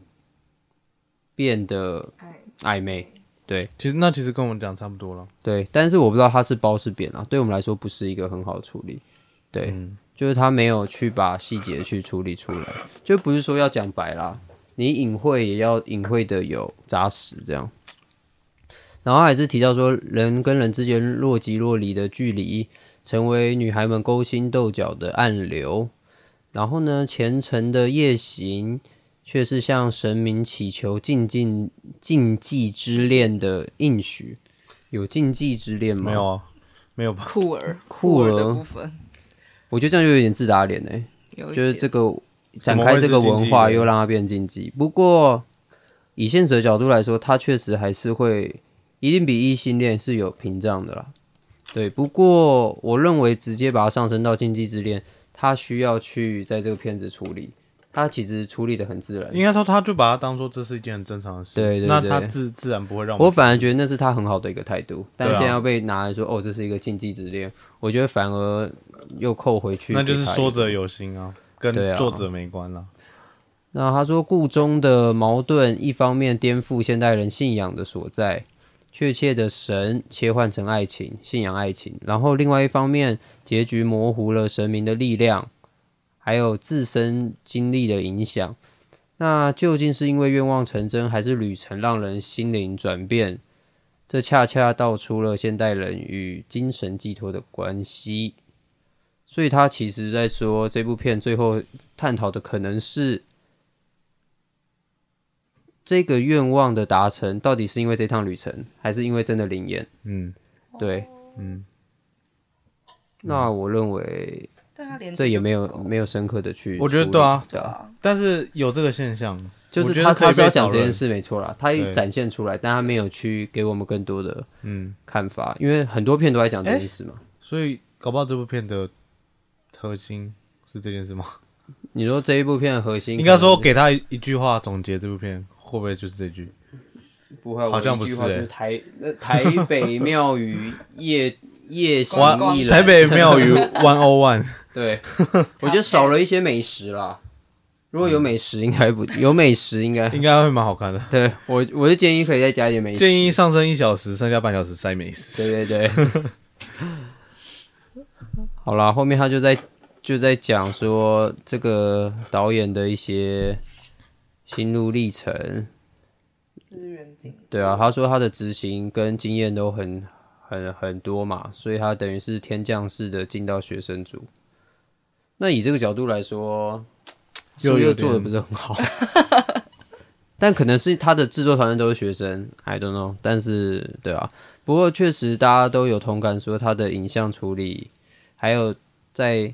Speaker 2: 变得暧昧。
Speaker 3: 其实那其实跟我们讲差不多了。
Speaker 2: 对，但是我不知道它是包是扁啊，对我们来说不是一个很好的处理。对，
Speaker 3: 嗯
Speaker 2: 就是他没有去把细节去处理出来，就不是说要讲白啦，你隐晦也要隐晦的有扎实这样。然后还是提到说，人跟人之间若即若离的距离，成为女孩们勾心斗角的暗流。然后呢，虔诚的夜行却是向神明祈求禁禁禁忌之恋的应许。有禁忌之恋吗？
Speaker 3: 没有啊，没有吧？
Speaker 1: 酷儿，
Speaker 2: 酷儿
Speaker 1: 儿的部分
Speaker 2: 我觉得这样就有点自打脸欸嘞、
Speaker 1: 有一
Speaker 2: 就是
Speaker 1: 点
Speaker 2: 这个展开这个文化，又让它变禁忌。不过以现实的角度来说，它确实还是会一定比异性恋是有屏障的啦。对，不过我认为直接把它上升到禁忌之恋，它需要去在这个片子处理，它其实处理的很自然。
Speaker 3: 应该说，他就把它当做这是一件很正常的事。
Speaker 2: 对对
Speaker 3: 那
Speaker 2: 对
Speaker 3: 他自自然不会让
Speaker 2: 我
Speaker 3: 我
Speaker 2: 反而觉得那是他很好的一个态度，但
Speaker 3: 对啊
Speaker 2: 现在要被拿来说哦，这是一个禁忌之恋，我觉得反而又扣回去。
Speaker 3: 那就是说者有心啊，跟
Speaker 2: 对啊
Speaker 3: 作者没关了。
Speaker 2: 那他说，故中的矛盾一方面颠覆现代人信仰的所在，确切的神切换成爱情，信仰爱情；然后另外一方面，结局模糊了神明的力量，还有自身经历的影响。那究竟是因为愿望成真，还是旅程让人心灵转变？这恰恰道出了现代人与精神寄托的关系。所以他其实在说这部片最后探讨的可能是这个愿望的达成，到底是因为这趟旅程，还是因为真的灵验？
Speaker 3: 嗯
Speaker 2: 对，
Speaker 3: 嗯，
Speaker 2: 那我认为
Speaker 1: 但他连
Speaker 2: 这也
Speaker 1: 就
Speaker 2: 没有
Speaker 1: 不够
Speaker 2: 没有深刻的去，
Speaker 3: 我觉得对啊，
Speaker 1: 对啊，
Speaker 3: 但是有这个现象，
Speaker 2: 就
Speaker 3: 我
Speaker 2: 是
Speaker 3: 觉
Speaker 2: 他
Speaker 3: 得可以
Speaker 2: 他是要
Speaker 3: 被讨
Speaker 2: 讲这件
Speaker 3: 论
Speaker 2: 事没错啦，他
Speaker 3: 对
Speaker 2: 展现出来，但他没有去给我们更多的
Speaker 3: 嗯，
Speaker 2: 看法，因为很多片都在讲这件事嘛。
Speaker 3: 所以搞不好这部片的核心是这件事吗？
Speaker 2: 你说这一部片的核心，
Speaker 3: 应该说给他一一句话总结这部片，会不会就是这句？
Speaker 2: 不会，
Speaker 3: 好像
Speaker 2: 我一
Speaker 3: 不
Speaker 2: 句
Speaker 3: 是
Speaker 2: 话就
Speaker 3: 欸
Speaker 2: 是台呃台北庙宇夜夜行
Speaker 3: *laughs* 哇
Speaker 2: 一览，
Speaker 3: 台北庙
Speaker 2: *laughs*
Speaker 3: 宇 One O One，
Speaker 2: 对，我觉得少了一些美食啦。如果有美食，应该不有美食应该
Speaker 3: 嗯应该会蛮好看的。
Speaker 2: 对我我就建议可以再加一点美食。
Speaker 3: 建议上升一小时，剩下半小时塞美
Speaker 2: 对
Speaker 3: 食。
Speaker 2: 对对。好啦，后面他就在就在讲说这个导演的一些心路历程。
Speaker 1: 资源紧
Speaker 2: 对啊，他说他的执行跟经验都很很很多嘛，所以他等于是天降式的进到学生组。那以这个角度来说，是不
Speaker 3: 又
Speaker 2: 是
Speaker 3: 有
Speaker 2: 又做的
Speaker 3: 点
Speaker 2: 不是很好？ *laughs* 但可能是他的制作团队都是学生，I don't know。但是对啊，不过确实大家都有同感，说他的影像处理，还有在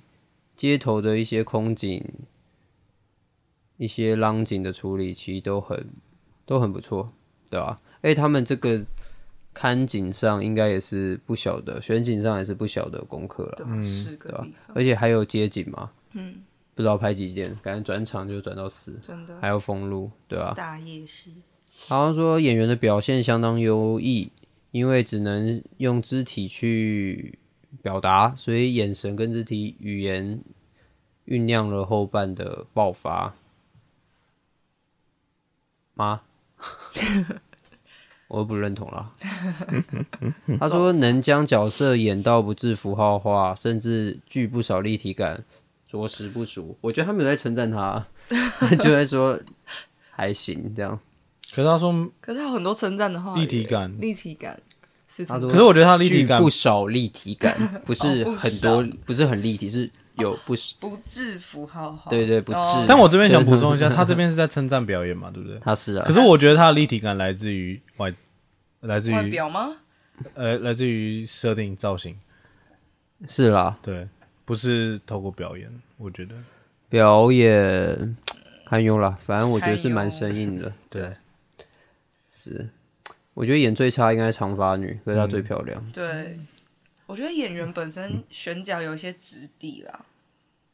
Speaker 2: 街头的一些空景、一些浪景的处理，其实都很都很不错，对吧、哎，他们这个看景上应该也是不小的，选景上也是不小的功课了，
Speaker 1: 的是个
Speaker 2: 啊
Speaker 1: 地方，
Speaker 2: 而且还有街景嘛，嗯，不知道拍几点，感觉转场就转到死，
Speaker 1: 真的
Speaker 2: 还有封路，对吧、
Speaker 1: 大夜市，
Speaker 2: 好像说演员的表现相当优异，因为只能用肢体去表达，所以眼神跟肢体语言酝酿了后半的爆发。吗？我不认同啦。他说能将角色演到不致符号化，甚至具不少立体感，着实不俗。我觉得他没有在称赞他， *laughs* 就在说还行这样。
Speaker 3: 可是他说
Speaker 1: 可是他有很多称赞的话，
Speaker 3: 立体感，
Speaker 1: 立体感是
Speaker 2: 他
Speaker 1: 什
Speaker 2: 说
Speaker 1: 么？
Speaker 3: 可是我觉得他立体感
Speaker 2: 具不少立体 *laughs* 感，不是
Speaker 1: 哦不少
Speaker 2: 很多，不是很立体，是有不少。
Speaker 1: 不致符号化，
Speaker 2: 对对不致
Speaker 1: 哦
Speaker 3: 但我这边想补充一下，他这边是在称赞表演嘛，对不 *laughs* 对？
Speaker 2: 他是啊，
Speaker 3: 可是我觉得他的立体感来自于外，来自
Speaker 1: 外
Speaker 3: 于
Speaker 1: 表吗？
Speaker 3: 呃，来自于设定造型，
Speaker 2: 是啊啦，
Speaker 3: 对，不是透过表演。我觉得
Speaker 2: 表演堪忧啦，反正我觉得是蛮
Speaker 1: 堪
Speaker 2: 生硬的。
Speaker 3: 对，
Speaker 2: 是，我觉得演最差应该是长发女，可是她最漂亮。
Speaker 1: 对，我觉得演员本身选角有一些质地啦，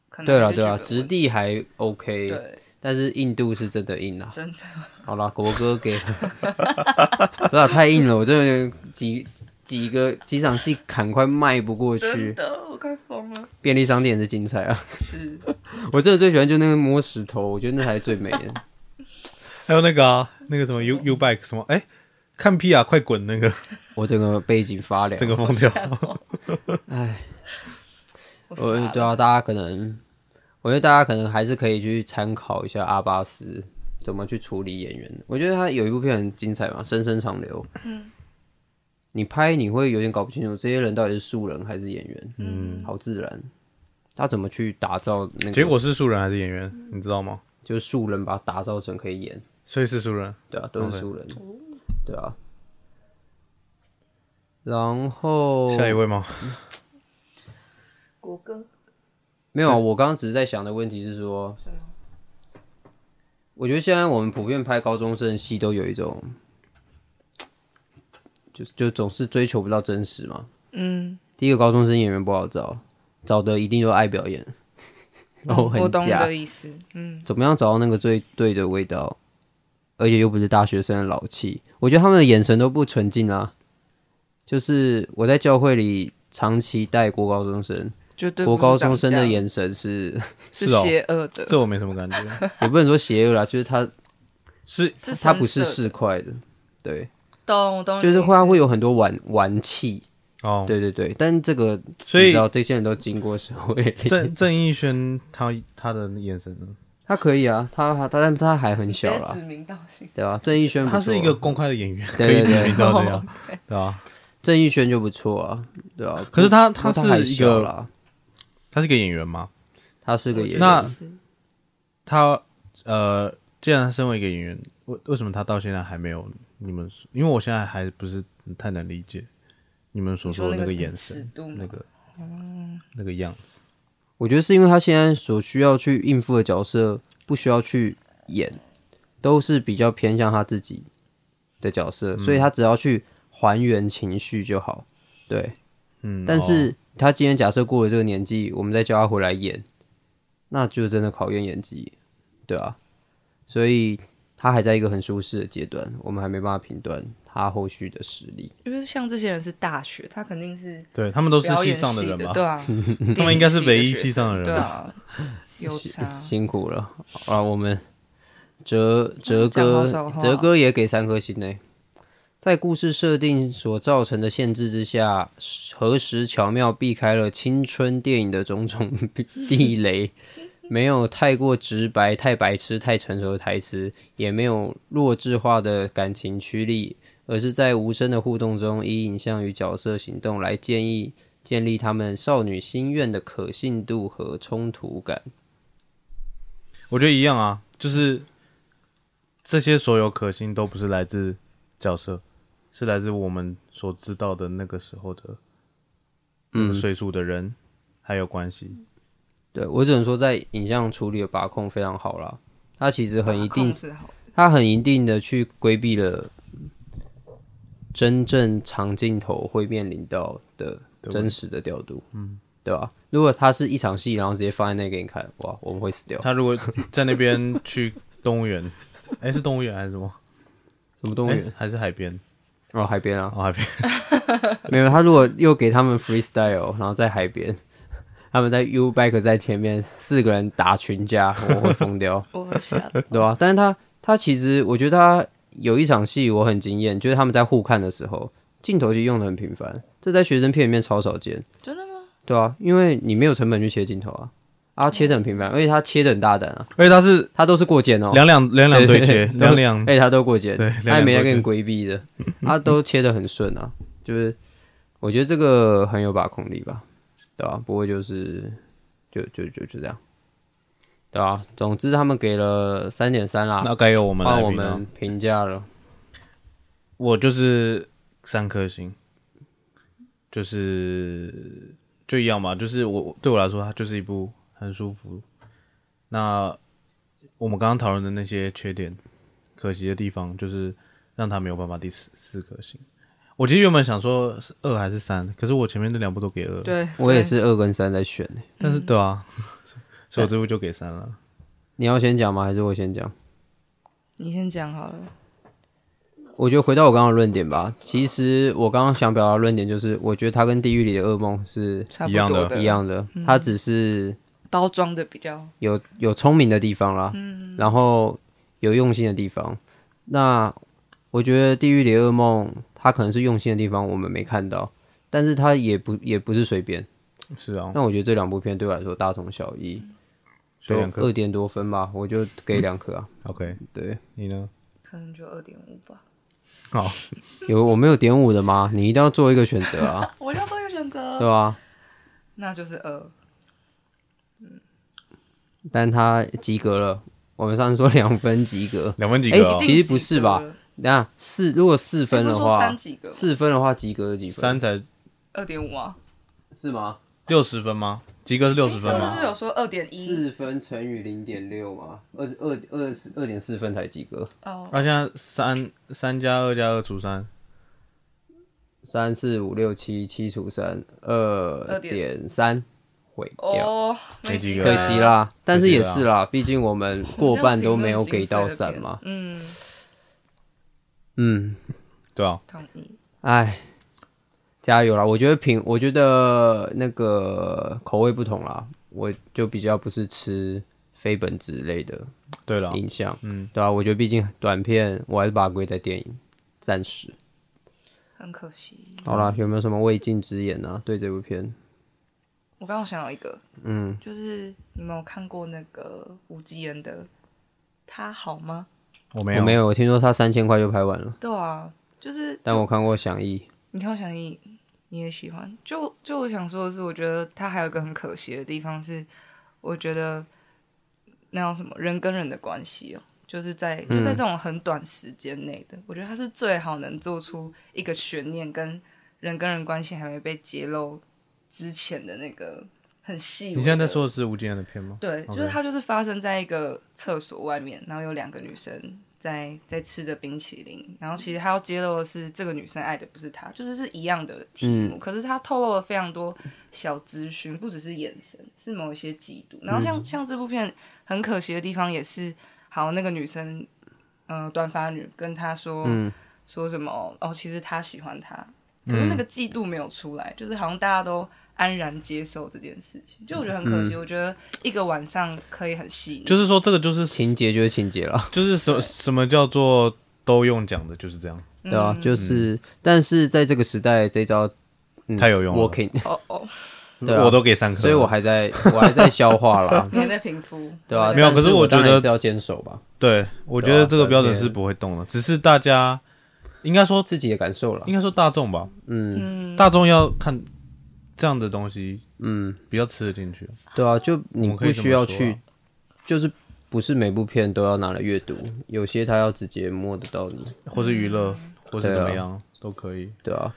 Speaker 1: 可能
Speaker 2: 对
Speaker 1: 还
Speaker 2: 啦
Speaker 1: 是
Speaker 2: 对啦，
Speaker 1: 剧本
Speaker 2: 质
Speaker 1: 问题
Speaker 2: 地还 OK，
Speaker 1: 对，
Speaker 2: 但是硬度是真的硬啦。啊
Speaker 1: 真的
Speaker 2: 好啦，国歌给， *laughs* 不要太硬了，我真的有几几个几场戏砍快迈不过
Speaker 1: 真
Speaker 2: 去。
Speaker 1: 的，我快疯了，
Speaker 2: 便利商店也是精彩啊。
Speaker 1: 是
Speaker 2: *laughs* 我真的最喜欢就那个摸石头，我觉得那才是最美的。
Speaker 3: 还有那个啊，那个什么 U U Bike 什么，哎、看屁啊，快滚！那 *laughs* 个
Speaker 2: 我整个背景发凉
Speaker 3: 整。个疯 *laughs* 掉，
Speaker 1: 我傻
Speaker 2: 我
Speaker 1: 了
Speaker 2: 对啊，大家可能，我觉得大家可能还是可以去参考一下阿巴斯怎么去处理演员的。我觉得他有一部片很精彩嘛，《深深长流》。嗯。你拍你会有点搞不清楚这些人到底是素人还是演员。嗯。好自然，他怎么去打造那个？
Speaker 3: 结果是素人还是演员，你知道吗？
Speaker 2: 就是素人把它打造成可以演，
Speaker 3: 所以是素人，
Speaker 2: 对啊，都是
Speaker 3: OK
Speaker 2: 素人。
Speaker 1: 哦
Speaker 2: 对啊。然后
Speaker 3: 下一位吗？
Speaker 1: 国歌
Speaker 2: 没有啊，我刚刚只是在想的问题是说，我觉得现在我们普遍拍高中生的戏都有一种，就就总是追求不到真实嘛。
Speaker 1: 嗯，
Speaker 2: 第一个高中生演员不好找，找的一定都爱表演， *laughs* 然后
Speaker 1: 嗯我
Speaker 2: 很
Speaker 1: 懂你
Speaker 2: 假
Speaker 1: 的。意思，嗯，
Speaker 2: 怎么样找到那个最对的味道？而且又不是大学生的老气，我觉得他们的眼神都不纯净啊。就是我在教会里长期带国高中生，
Speaker 1: 绝对不
Speaker 2: 国
Speaker 1: 是
Speaker 2: 高中生
Speaker 1: 长这
Speaker 2: 的
Speaker 1: 样
Speaker 2: 眼神是 *laughs*
Speaker 1: 是
Speaker 3: 是哦
Speaker 1: 邪恶的，
Speaker 3: *laughs* 这我没什么感 *laughs* 觉，
Speaker 2: 也不能说邪恶啦，就是他
Speaker 3: 是
Speaker 1: 是
Speaker 2: 他不是
Speaker 1: 深色的哦
Speaker 2: 市侩的，对，
Speaker 1: 懂懂，
Speaker 2: 就是会他会有很多玩玩气，
Speaker 3: 哦。
Speaker 2: 对对对，但这个
Speaker 3: 所以
Speaker 2: 你知道这些人都经过社会，
Speaker 3: 郑郑义轩他他的眼神呢？
Speaker 2: 他可以啊，他他但他还很
Speaker 1: 你
Speaker 2: 小
Speaker 1: 直接
Speaker 2: 啦
Speaker 1: 指，名道姓，
Speaker 2: 对啊，郑义轩不
Speaker 3: 他
Speaker 2: 错
Speaker 3: 是一个公开的演员，可
Speaker 2: 对对
Speaker 3: 以
Speaker 2: 对
Speaker 3: 指名道这样，对吧？
Speaker 2: 郑义轩就不错啊，对啊，
Speaker 3: 可是他
Speaker 2: 不过
Speaker 3: 他
Speaker 2: 他还
Speaker 3: 是一
Speaker 2: 小
Speaker 3: 个
Speaker 2: 啦，
Speaker 3: 他是个演员吗？
Speaker 2: 他是个演员。
Speaker 3: 那
Speaker 1: 我觉得是
Speaker 3: 他呃，既然他身为一个演员，为为什么他到现在还没有你们？因为我现在还不是太能理解你们所
Speaker 1: 你说
Speaker 3: 的那
Speaker 1: 个嗯
Speaker 3: 眼
Speaker 1: 尺
Speaker 3: 神、
Speaker 1: 度吗，
Speaker 3: 那个那个样子。
Speaker 2: 我觉得是因为他现在所需要去应付的角色，不需要去演，都是比较偏向他自己的角色，
Speaker 3: 嗯
Speaker 2: 所以他只要去还原情绪就好。对，
Speaker 3: 嗯，
Speaker 2: 但
Speaker 3: 哦
Speaker 2: 是他今天假设过了这个年纪，我们再叫他回来演，那就真的考验演技，对啊，所以他还在一个很舒适的阶段，我们还没办法评断他后续的实力。
Speaker 1: 因为像这些人是大学，他肯定是
Speaker 3: 对他们都是
Speaker 1: 表
Speaker 3: 系
Speaker 1: 演
Speaker 3: 上
Speaker 1: 系
Speaker 3: 人吧？
Speaker 1: 对
Speaker 3: *laughs*
Speaker 1: 啊，
Speaker 3: 他们应该是北一
Speaker 1: 电影
Speaker 3: 系上的
Speaker 1: 学生
Speaker 3: 人
Speaker 1: 对
Speaker 3: 吧
Speaker 1: 啊，有差。
Speaker 2: 辛苦了啊！我们哲哲
Speaker 1: 讲
Speaker 2: 哥
Speaker 1: 好少话
Speaker 2: 哲哥也给三颗星呢。在故事设定所造成的限制之下，何时巧妙避开了青春电影的种种地雷， *laughs* 没有太过直白、太白痴、太成熟的台词，也没有弱智化的感情驱力，而是在无声的互动中，以影像与角色行动来建议建立他们少女心愿的可信度和冲突感。
Speaker 3: 我觉得一样啊，就是这些所有可信都不是来自角色，是来自我们所知道的那个时候的
Speaker 2: 嗯
Speaker 3: 那个岁数的人、还有关系。
Speaker 2: 对我只能说，在影像处理的把控非常好啦。他其实很一
Speaker 1: 控
Speaker 2: 定，
Speaker 1: 制好，
Speaker 2: 他很一定的去规避了真正长镜头会面临到的真实的调度，嗯，对吧？如果他是一场戏，然后直接放在那给你看，哇，我们会死掉。
Speaker 3: *laughs* 他如果在那边去动物园， *laughs* 哎、是动物园还是什么？
Speaker 2: 什么动物园
Speaker 3: 诶？还是海边？
Speaker 2: 哦，海边啊，
Speaker 3: 哦，海边。 *laughs*
Speaker 2: 没有。他如果又给他们 freestyle，然后在海边， *laughs* 他们在 U bike 在前面四个人打群架，我会疯掉。
Speaker 1: 我会想，
Speaker 2: *laughs* 对啊，但是他他其实我觉得他有一场戏我很惊艳，就是他们在互看的时候，镜头其实用的很频繁，这在学生片里面超少见。
Speaker 1: 真的吗？
Speaker 2: 对啊，因为你没有成本去切镜头啊，啊切的很频繁，而且他切的很大胆啊，
Speaker 3: 而且他是
Speaker 2: 他都是过肩哦，
Speaker 3: 两两两
Speaker 2: *laughs*
Speaker 3: 两对接，
Speaker 2: 都
Speaker 3: 两两
Speaker 2: 哎、他都过肩，
Speaker 3: 对
Speaker 2: 他
Speaker 3: 两
Speaker 2: 也
Speaker 3: 两
Speaker 2: 没在
Speaker 3: 过
Speaker 2: 跟你
Speaker 3: 肩
Speaker 2: 规避的，他都切的很顺啊，就是我觉得这个很有把控力吧，对吧、不过就是就就就就这样，对啊，总之他们给了三点三啦，
Speaker 3: 那该由我们来啊
Speaker 2: 帮我
Speaker 3: 评了
Speaker 2: 们。评价了。
Speaker 3: 我就是三颗星，就是就一样嘛，就是我我对我来说，它就是一部很舒服。那我们刚刚讨论的那些缺点，可惜的地方就是让它没有办法第四四颗星。我其实原本想说是二还是三，可是我前面那两部都给二，
Speaker 1: 对，
Speaker 2: 我也是二跟三在选、欸，
Speaker 3: 但是对
Speaker 2: *laughs*
Speaker 3: 啊，所以我这部就给三了。
Speaker 2: 你要先讲吗？还是我先讲？
Speaker 1: 对。你先讲好了，
Speaker 2: 我觉得回到我刚刚的论点吧。其实我刚刚想表达的论点就是，我觉得它跟《地狱里的噩梦》是
Speaker 1: 差不
Speaker 3: 一样
Speaker 1: 多嗯
Speaker 3: 的
Speaker 2: 一样的，它只是
Speaker 1: 包装的比较
Speaker 2: 有有聪明的地方啦，
Speaker 1: 嗯
Speaker 2: 然后有用心的地方。那我觉得《地狱里的噩梦》它可能是用心的地方，我们没看到，但是它也不也不是随便。
Speaker 3: 是啊，
Speaker 2: 那我觉得这两部片对我来说大同小异，
Speaker 3: 所
Speaker 2: 都
Speaker 3: 以两颗
Speaker 2: 二。点多分吧，我就给两颗啊。
Speaker 3: OK，
Speaker 2: 对，
Speaker 3: 你呢？
Speaker 1: 可能就二点五吧。，
Speaker 3: 好，
Speaker 2: 有我没有点五的吗？你一定要做一个选择啊 *laughs*
Speaker 1: 我要做一个选择
Speaker 2: 对，吧、
Speaker 1: 那就是二。
Speaker 2: 但他及格了，我们上次说两分及格，
Speaker 3: 两分几个、哦
Speaker 2: 哎？其实不是吧那四如果四分
Speaker 1: 你
Speaker 2: 的
Speaker 1: 不是说
Speaker 2: 话
Speaker 1: 三，几个吗，
Speaker 2: 四分的话及格有几分？
Speaker 3: 三才
Speaker 1: 二点五啊。
Speaker 2: 是吗？
Speaker 3: 六十分吗？及格是六十
Speaker 1: 你上
Speaker 2: 哎
Speaker 3: 分
Speaker 1: 次
Speaker 3: 啊吗
Speaker 1: 是？不是有说二点一
Speaker 2: 四分乘以零点六嘛，二二二十二点四分才及格，
Speaker 1: 哦，
Speaker 3: 那、现在三三加二加二除三，
Speaker 2: 三四五六七七除三二点三，毁掉，
Speaker 1: 哦，
Speaker 3: 没及格
Speaker 2: 可惜。啦。但是也是
Speaker 3: 可惜
Speaker 2: 啦，毕竟我们过半都没有给到
Speaker 1: 三
Speaker 2: 三嘛。
Speaker 1: 嗯，
Speaker 2: 嗯，
Speaker 3: 对啊，
Speaker 1: 同意。
Speaker 2: 哎，加油啦！我觉得品，我觉得那个口味不同啦，我就比较不是吃非本质类的
Speaker 3: 对了，
Speaker 2: 影像，
Speaker 3: 嗯，
Speaker 2: 对吧、啊我觉得毕竟短片，我还是把它归在电影，暂时。
Speaker 1: 很可惜，
Speaker 3: 嗯
Speaker 2: 好啦，有没有什么未尽之言啊？对这部片，
Speaker 1: 我刚刚想到一个，
Speaker 2: 嗯，
Speaker 1: 就是你们有看过那个吴继恩的《他好吗
Speaker 3: 我没
Speaker 2: 我
Speaker 3: 有，
Speaker 2: 没有，我听说他三千块就拍完了》？，
Speaker 1: 对啊，就是
Speaker 2: 但我看过《响意》，
Speaker 1: 你看我想一，你也喜欢。就就我想说的是，我觉得它还有一个很可惜的地方是，我觉得那叫什么人跟人的关系哦，就是在
Speaker 2: 嗯
Speaker 1: 就在这种很短时间内的，我觉得它是最好能做出一个悬念，跟人跟人关系还没被揭露之前的那个很细。
Speaker 3: 你现在在说的是吴京安的片吗？
Speaker 1: 对，就是
Speaker 3: OK
Speaker 1: 它就是发生在一个厕所外面，然后有两个女生在在吃着冰淇淋，然后其实他要揭露的是这个女生爱的不是他，就是是一样的题目，可是他透露了非常多小资讯，不只是眼神，是某一些嫉妒。然后像、像这部片很可惜的地方也是，好那个女生，嗯、短发女跟他说、
Speaker 2: 嗯
Speaker 1: 说什么哦，其实他喜欢他，可
Speaker 2: 嗯
Speaker 1: 是那个嫉妒没有出来，就是好像大家都安然接受这件事情，就我觉得很可
Speaker 2: 嗯
Speaker 1: 惜。我觉得一个晚上可以很细腻，
Speaker 3: 就是说这个就是
Speaker 2: 情节就是情节了，
Speaker 3: 就是什么什么叫做都用讲的，就是这样，
Speaker 2: 对吧、就是，
Speaker 3: 嗯
Speaker 2: 但是在这个时代，这一招、嗯、
Speaker 3: 太有用了
Speaker 2: working，
Speaker 1: 哦哦，，
Speaker 2: 对啊
Speaker 3: 我都给三颗，
Speaker 2: 所以我还在我还在消化啦
Speaker 3: *laughs*
Speaker 1: 你还在平复，
Speaker 2: *laughs* 对吧、啊
Speaker 3: 没有可
Speaker 2: 但
Speaker 3: 是
Speaker 2: 是
Speaker 3: 我觉
Speaker 2: 当然
Speaker 3: 得
Speaker 2: 是要坚守吧，
Speaker 3: 对我觉
Speaker 2: 对
Speaker 3: 得
Speaker 2: 啊
Speaker 3: 这个标准
Speaker 2: 对
Speaker 3: 是不会动的，只是大家应该说
Speaker 2: 自己的感受啦。
Speaker 3: 应该说大众吧，
Speaker 2: 嗯，
Speaker 1: 嗯，
Speaker 3: 大众要看这样的东西，嗯，比较吃得进去。
Speaker 2: 对啊，就
Speaker 3: 我
Speaker 2: 你
Speaker 3: 们可以
Speaker 2: 不需要
Speaker 3: 这么说
Speaker 2: 去，
Speaker 3: 啊
Speaker 2: 就是不是每部片都要拿来阅读，有些它要直接摸得到你，
Speaker 3: 或是娱乐，
Speaker 1: 嗯
Speaker 3: 或是
Speaker 2: 对啊
Speaker 3: 怎么样、都可以，
Speaker 2: 对啊。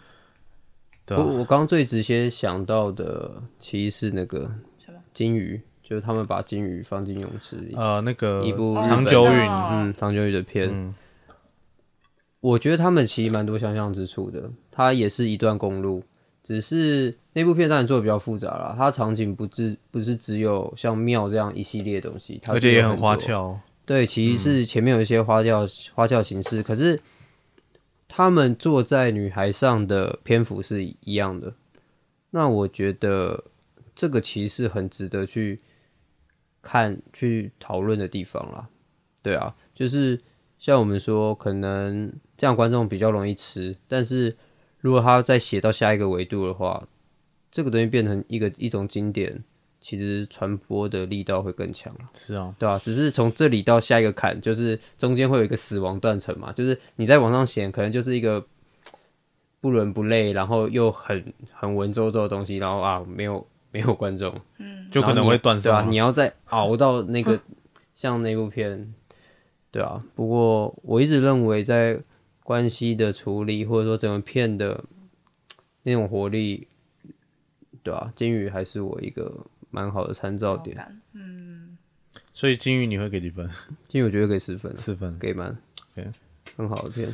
Speaker 3: 对啊
Speaker 2: 我
Speaker 3: 吧、
Speaker 2: 我刚刚最直接想到的其实是那个
Speaker 1: 什么
Speaker 2: 金鱼，就是他们把金鱼放进泳池里，
Speaker 3: 呃，那个
Speaker 2: 一部
Speaker 1: 哦
Speaker 3: 长
Speaker 2: 日本
Speaker 3: 久
Speaker 1: 真
Speaker 3: 云
Speaker 1: 的，哦
Speaker 2: 嗯，唐九宇的片，
Speaker 3: 嗯
Speaker 2: 我觉得他们其实蛮多相像之处的。它也是一段公路，只是那部片当然做的比较复杂啦。它场景不只不是只有像庙这样一系列的东西，它
Speaker 3: 而
Speaker 2: 是
Speaker 3: 且
Speaker 2: 有
Speaker 3: 也很
Speaker 2: 多
Speaker 3: 花。俏。
Speaker 2: 对，其实是前面有一些花俏花俏形式，可是他们坐在女孩上的篇幅是一样的。那我觉得这个其实很值得去看、去讨论的地方啦。对啊，就是像我们说，可能这样观众比较容易吃，但是如果他再写到下一个维度的话，这个东西变成一个一种经典，其实传播的力道会更强。
Speaker 3: 是啊，
Speaker 2: 对啊，只是从这里到下一个坎，就是中间会有一个死亡断层嘛，就是你在往上显，可能就是一个嘖不伦不类，然后又很很文绉绉的东西，然后啊没有没有观众，
Speaker 1: 嗯
Speaker 3: 就可
Speaker 2: 然
Speaker 3: 能
Speaker 2: 后
Speaker 3: 会
Speaker 2: 你
Speaker 3: 断
Speaker 2: 对
Speaker 3: 送、
Speaker 2: 啊，你要再熬到那
Speaker 3: *laughs*
Speaker 2: 个、像那部片，对啊。不过我一直认为在关系的处理，或者说整个片的嘖那种活力，对啊，金鱼还是我一个蛮好的参照点，
Speaker 1: 感
Speaker 3: 所以金鱼你会给
Speaker 2: *laughs*
Speaker 3: 几分？
Speaker 2: 金鱼我觉得给十分啊。
Speaker 3: 四分。
Speaker 2: 给满，
Speaker 3: OK
Speaker 2: 很好的片，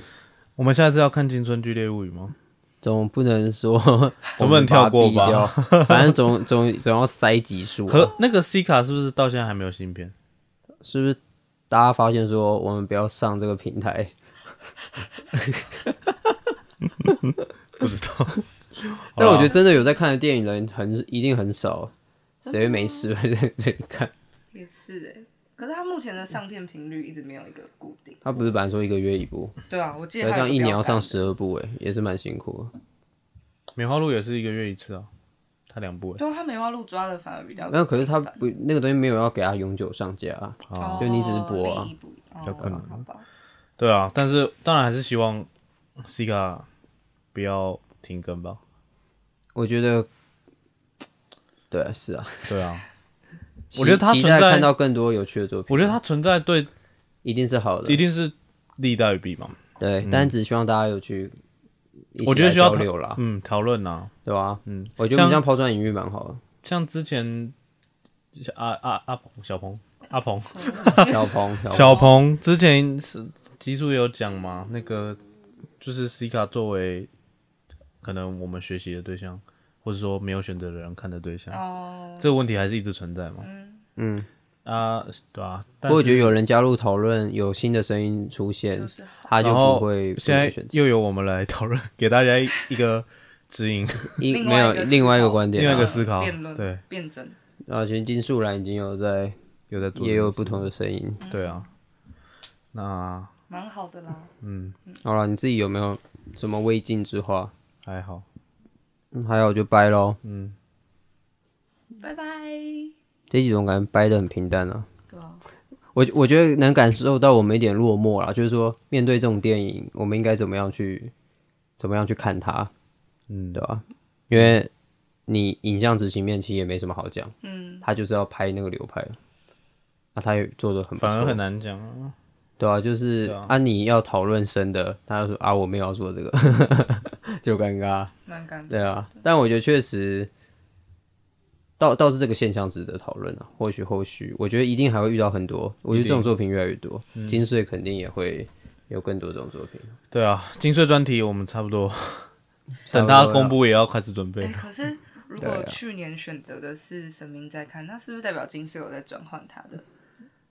Speaker 3: 我们下次要看《青春剧烈物语》吗？
Speaker 2: 总不能说
Speaker 3: *laughs* 总不能跳过吧
Speaker 2: 我们把它
Speaker 3: *laughs*
Speaker 2: 毙掉反正总总总要塞集数、
Speaker 3: 和
Speaker 2: 啊，
Speaker 3: 那个 C 卡是不是到现在还没有新片？
Speaker 2: 是不是？大家发现说我们不要上这个平台，
Speaker 3: *laughs* 不知道。
Speaker 2: *laughs* 但我觉得真的有在看的电影人很一定很少，谁会没事会在这里看？
Speaker 1: 也是哎。可是他目前的上片频率一直没有一个固定。
Speaker 2: *laughs* 他不是本来说一个月一部，
Speaker 1: 对啊，我记
Speaker 2: 那
Speaker 1: 得
Speaker 2: 这
Speaker 1: 他
Speaker 2: 样一年要上
Speaker 1: 市。
Speaker 2: 十二部、欸，哎，也是蛮辛苦的。
Speaker 3: 棉花鹿也是一个月一次啊，它两部哎。
Speaker 1: 对啊，他梅花鹿抓的反而比较。
Speaker 2: 那可是他不那个东西没有要给他永久上架、啊，
Speaker 1: 哦，
Speaker 2: 就你只是播啊
Speaker 1: 另一部哦
Speaker 3: 有可能
Speaker 1: 好
Speaker 2: 嗯
Speaker 1: 吧
Speaker 3: 对啊，但是当然还是希望 C 卡不要停更吧。
Speaker 2: 我觉得，对啊，是啊，
Speaker 3: 对啊，我觉得它
Speaker 2: 期
Speaker 3: 存
Speaker 2: 待
Speaker 3: 在
Speaker 2: 看到更多有趣的作品，
Speaker 3: *laughs* 我觉得它存在对
Speaker 2: 一定是好的，
Speaker 3: 一定是利大于弊嘛。
Speaker 2: 对，
Speaker 3: 嗯
Speaker 2: 但只希望大家有去，
Speaker 3: 我觉得需要
Speaker 2: 交流啦，
Speaker 3: 嗯，讨论啊，
Speaker 2: 对吧？
Speaker 3: 嗯，
Speaker 2: 我觉得我们这
Speaker 3: 像
Speaker 2: 样抛砖引玉蛮好
Speaker 3: *laughs*
Speaker 2: 的。
Speaker 3: 像之前像阿阿阿鹏小鹏阿鹏
Speaker 2: 小鹏，小
Speaker 3: 小鹏之前是集数有讲嘛，那个就是 C 卡作为可能我们学习的对象，或者说没有选择的人看的对象，
Speaker 1: 哦，
Speaker 3: 这个问题还是一直存在嘛。
Speaker 2: 嗯，
Speaker 3: 啊，对啊，
Speaker 2: 不
Speaker 3: 但
Speaker 2: 过我觉
Speaker 3: 是
Speaker 2: 得有人加入讨论，有新的声音出现
Speaker 1: 就，是好
Speaker 2: 他就
Speaker 3: 然
Speaker 2: 不
Speaker 3: 后
Speaker 2: 会被
Speaker 3: 现在
Speaker 2: 选择。
Speaker 3: 又由我们来讨论，给大家一一个指
Speaker 2: *laughs*
Speaker 3: 引，
Speaker 2: 一
Speaker 1: 另外
Speaker 2: 没有
Speaker 1: 一个思考
Speaker 2: 另外一个观点
Speaker 3: 另外一
Speaker 2: 啊
Speaker 3: 个，思考
Speaker 1: 辩。论
Speaker 3: 对，
Speaker 1: 辩证。
Speaker 2: 啊，其实金素兰已经有在，
Speaker 3: 有在做，
Speaker 2: 也有不。同的声音。
Speaker 3: 对啊，那
Speaker 1: 蛮好的啦，
Speaker 3: 嗯
Speaker 2: 好了，你自己有没有什么未尽之话？
Speaker 3: 还好，
Speaker 2: 嗯还有就掰喽，
Speaker 3: 嗯，
Speaker 1: 拜拜。
Speaker 2: 这几种感觉掰的很平淡啊。
Speaker 1: 对啊，
Speaker 2: 我我觉得能感受到我们一点落寞啦，就是说面对这种电影，我们应该怎么样去怎么样去看它，
Speaker 3: 嗯
Speaker 2: 对吧？因为你影像执行面其实也没什么好讲，
Speaker 1: 嗯，
Speaker 2: 他就是要拍那个流派，那、他也做的很不
Speaker 3: 反而
Speaker 2: 错
Speaker 3: 很，难讲啊。
Speaker 2: 对啊，就是
Speaker 3: 对啊
Speaker 2: 啊你要讨论深的，他就说啊我没有要做这个， *laughs* 就尴尬，
Speaker 1: 蛮感
Speaker 2: 对啊，但我觉得确实。倒倒是这个现象值得讨论啊，或许后续我觉得一定还会遇到很多，我觉得这种作品越来越多，
Speaker 3: 嗯
Speaker 2: 金穗肯定也会有更多这种作品。
Speaker 3: 对啊，金穗专题我们差不多，
Speaker 2: 差不多
Speaker 3: 等
Speaker 2: 了
Speaker 3: 它公布也要开始准备
Speaker 1: 哎、。可是如
Speaker 2: 对
Speaker 1: 果
Speaker 2: 啊
Speaker 1: 去年选择的是神明在看，那是不是代表金穗有在转换他的？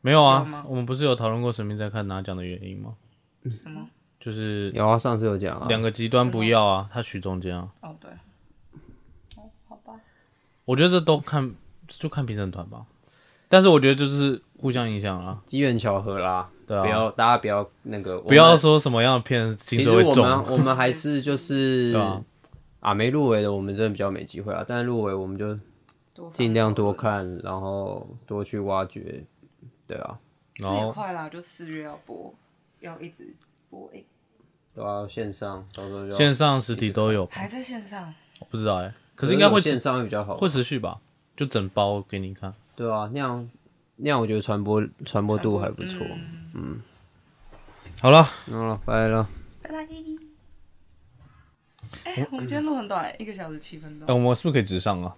Speaker 3: 没有
Speaker 1: 有吗
Speaker 3: 啊，我们不是有讨论过《神明在看》拿奖的原因吗？
Speaker 1: 什么？
Speaker 3: 就是
Speaker 2: 有啊，上次有讲啊，
Speaker 3: 两个极端不要啊，他取中间啊。
Speaker 1: 哦，对，哦，好吧，
Speaker 3: 我觉得这都看就看评审团吧，但是我觉得就是互相影响啊，
Speaker 2: 机缘巧合啦，
Speaker 3: 对啊
Speaker 2: 不要大家不要那个
Speaker 3: 不要
Speaker 2: 我们
Speaker 3: 说什么样的片
Speaker 2: 其
Speaker 3: 金
Speaker 2: 实
Speaker 3: 穗会
Speaker 2: 我
Speaker 3: 中，
Speaker 2: 们我们还是就是
Speaker 3: *laughs* 对啊
Speaker 2: 啊没入围的我们真的比较没机会啊，但入围我们就
Speaker 1: 多放
Speaker 2: 尽量多
Speaker 1: 一
Speaker 2: 看，然后多去挖掘，对啊，
Speaker 1: 点，
Speaker 3: 然
Speaker 1: 是也
Speaker 3: 后
Speaker 1: 快啦，就四月要播，要一直播，哎、
Speaker 2: 对啊，线上到时候就
Speaker 3: 线上实体都有，
Speaker 1: 还在线上，
Speaker 3: 我不知道哎，可
Speaker 2: 可
Speaker 3: 是应该会
Speaker 2: 线上会比较好，
Speaker 3: 会持续吧，就整包给你看。
Speaker 2: 对啊，那样那样我觉得传播传播度还不错，
Speaker 1: 嗯
Speaker 3: 好了，
Speaker 2: 好了，拜了，
Speaker 1: 拜拜。哎、
Speaker 3: 呃
Speaker 1: 我们今天录很短、一个小时七分钟
Speaker 3: *laughs* 哎，。我们是不是可以直上啊？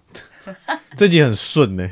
Speaker 3: 这集很顺呢，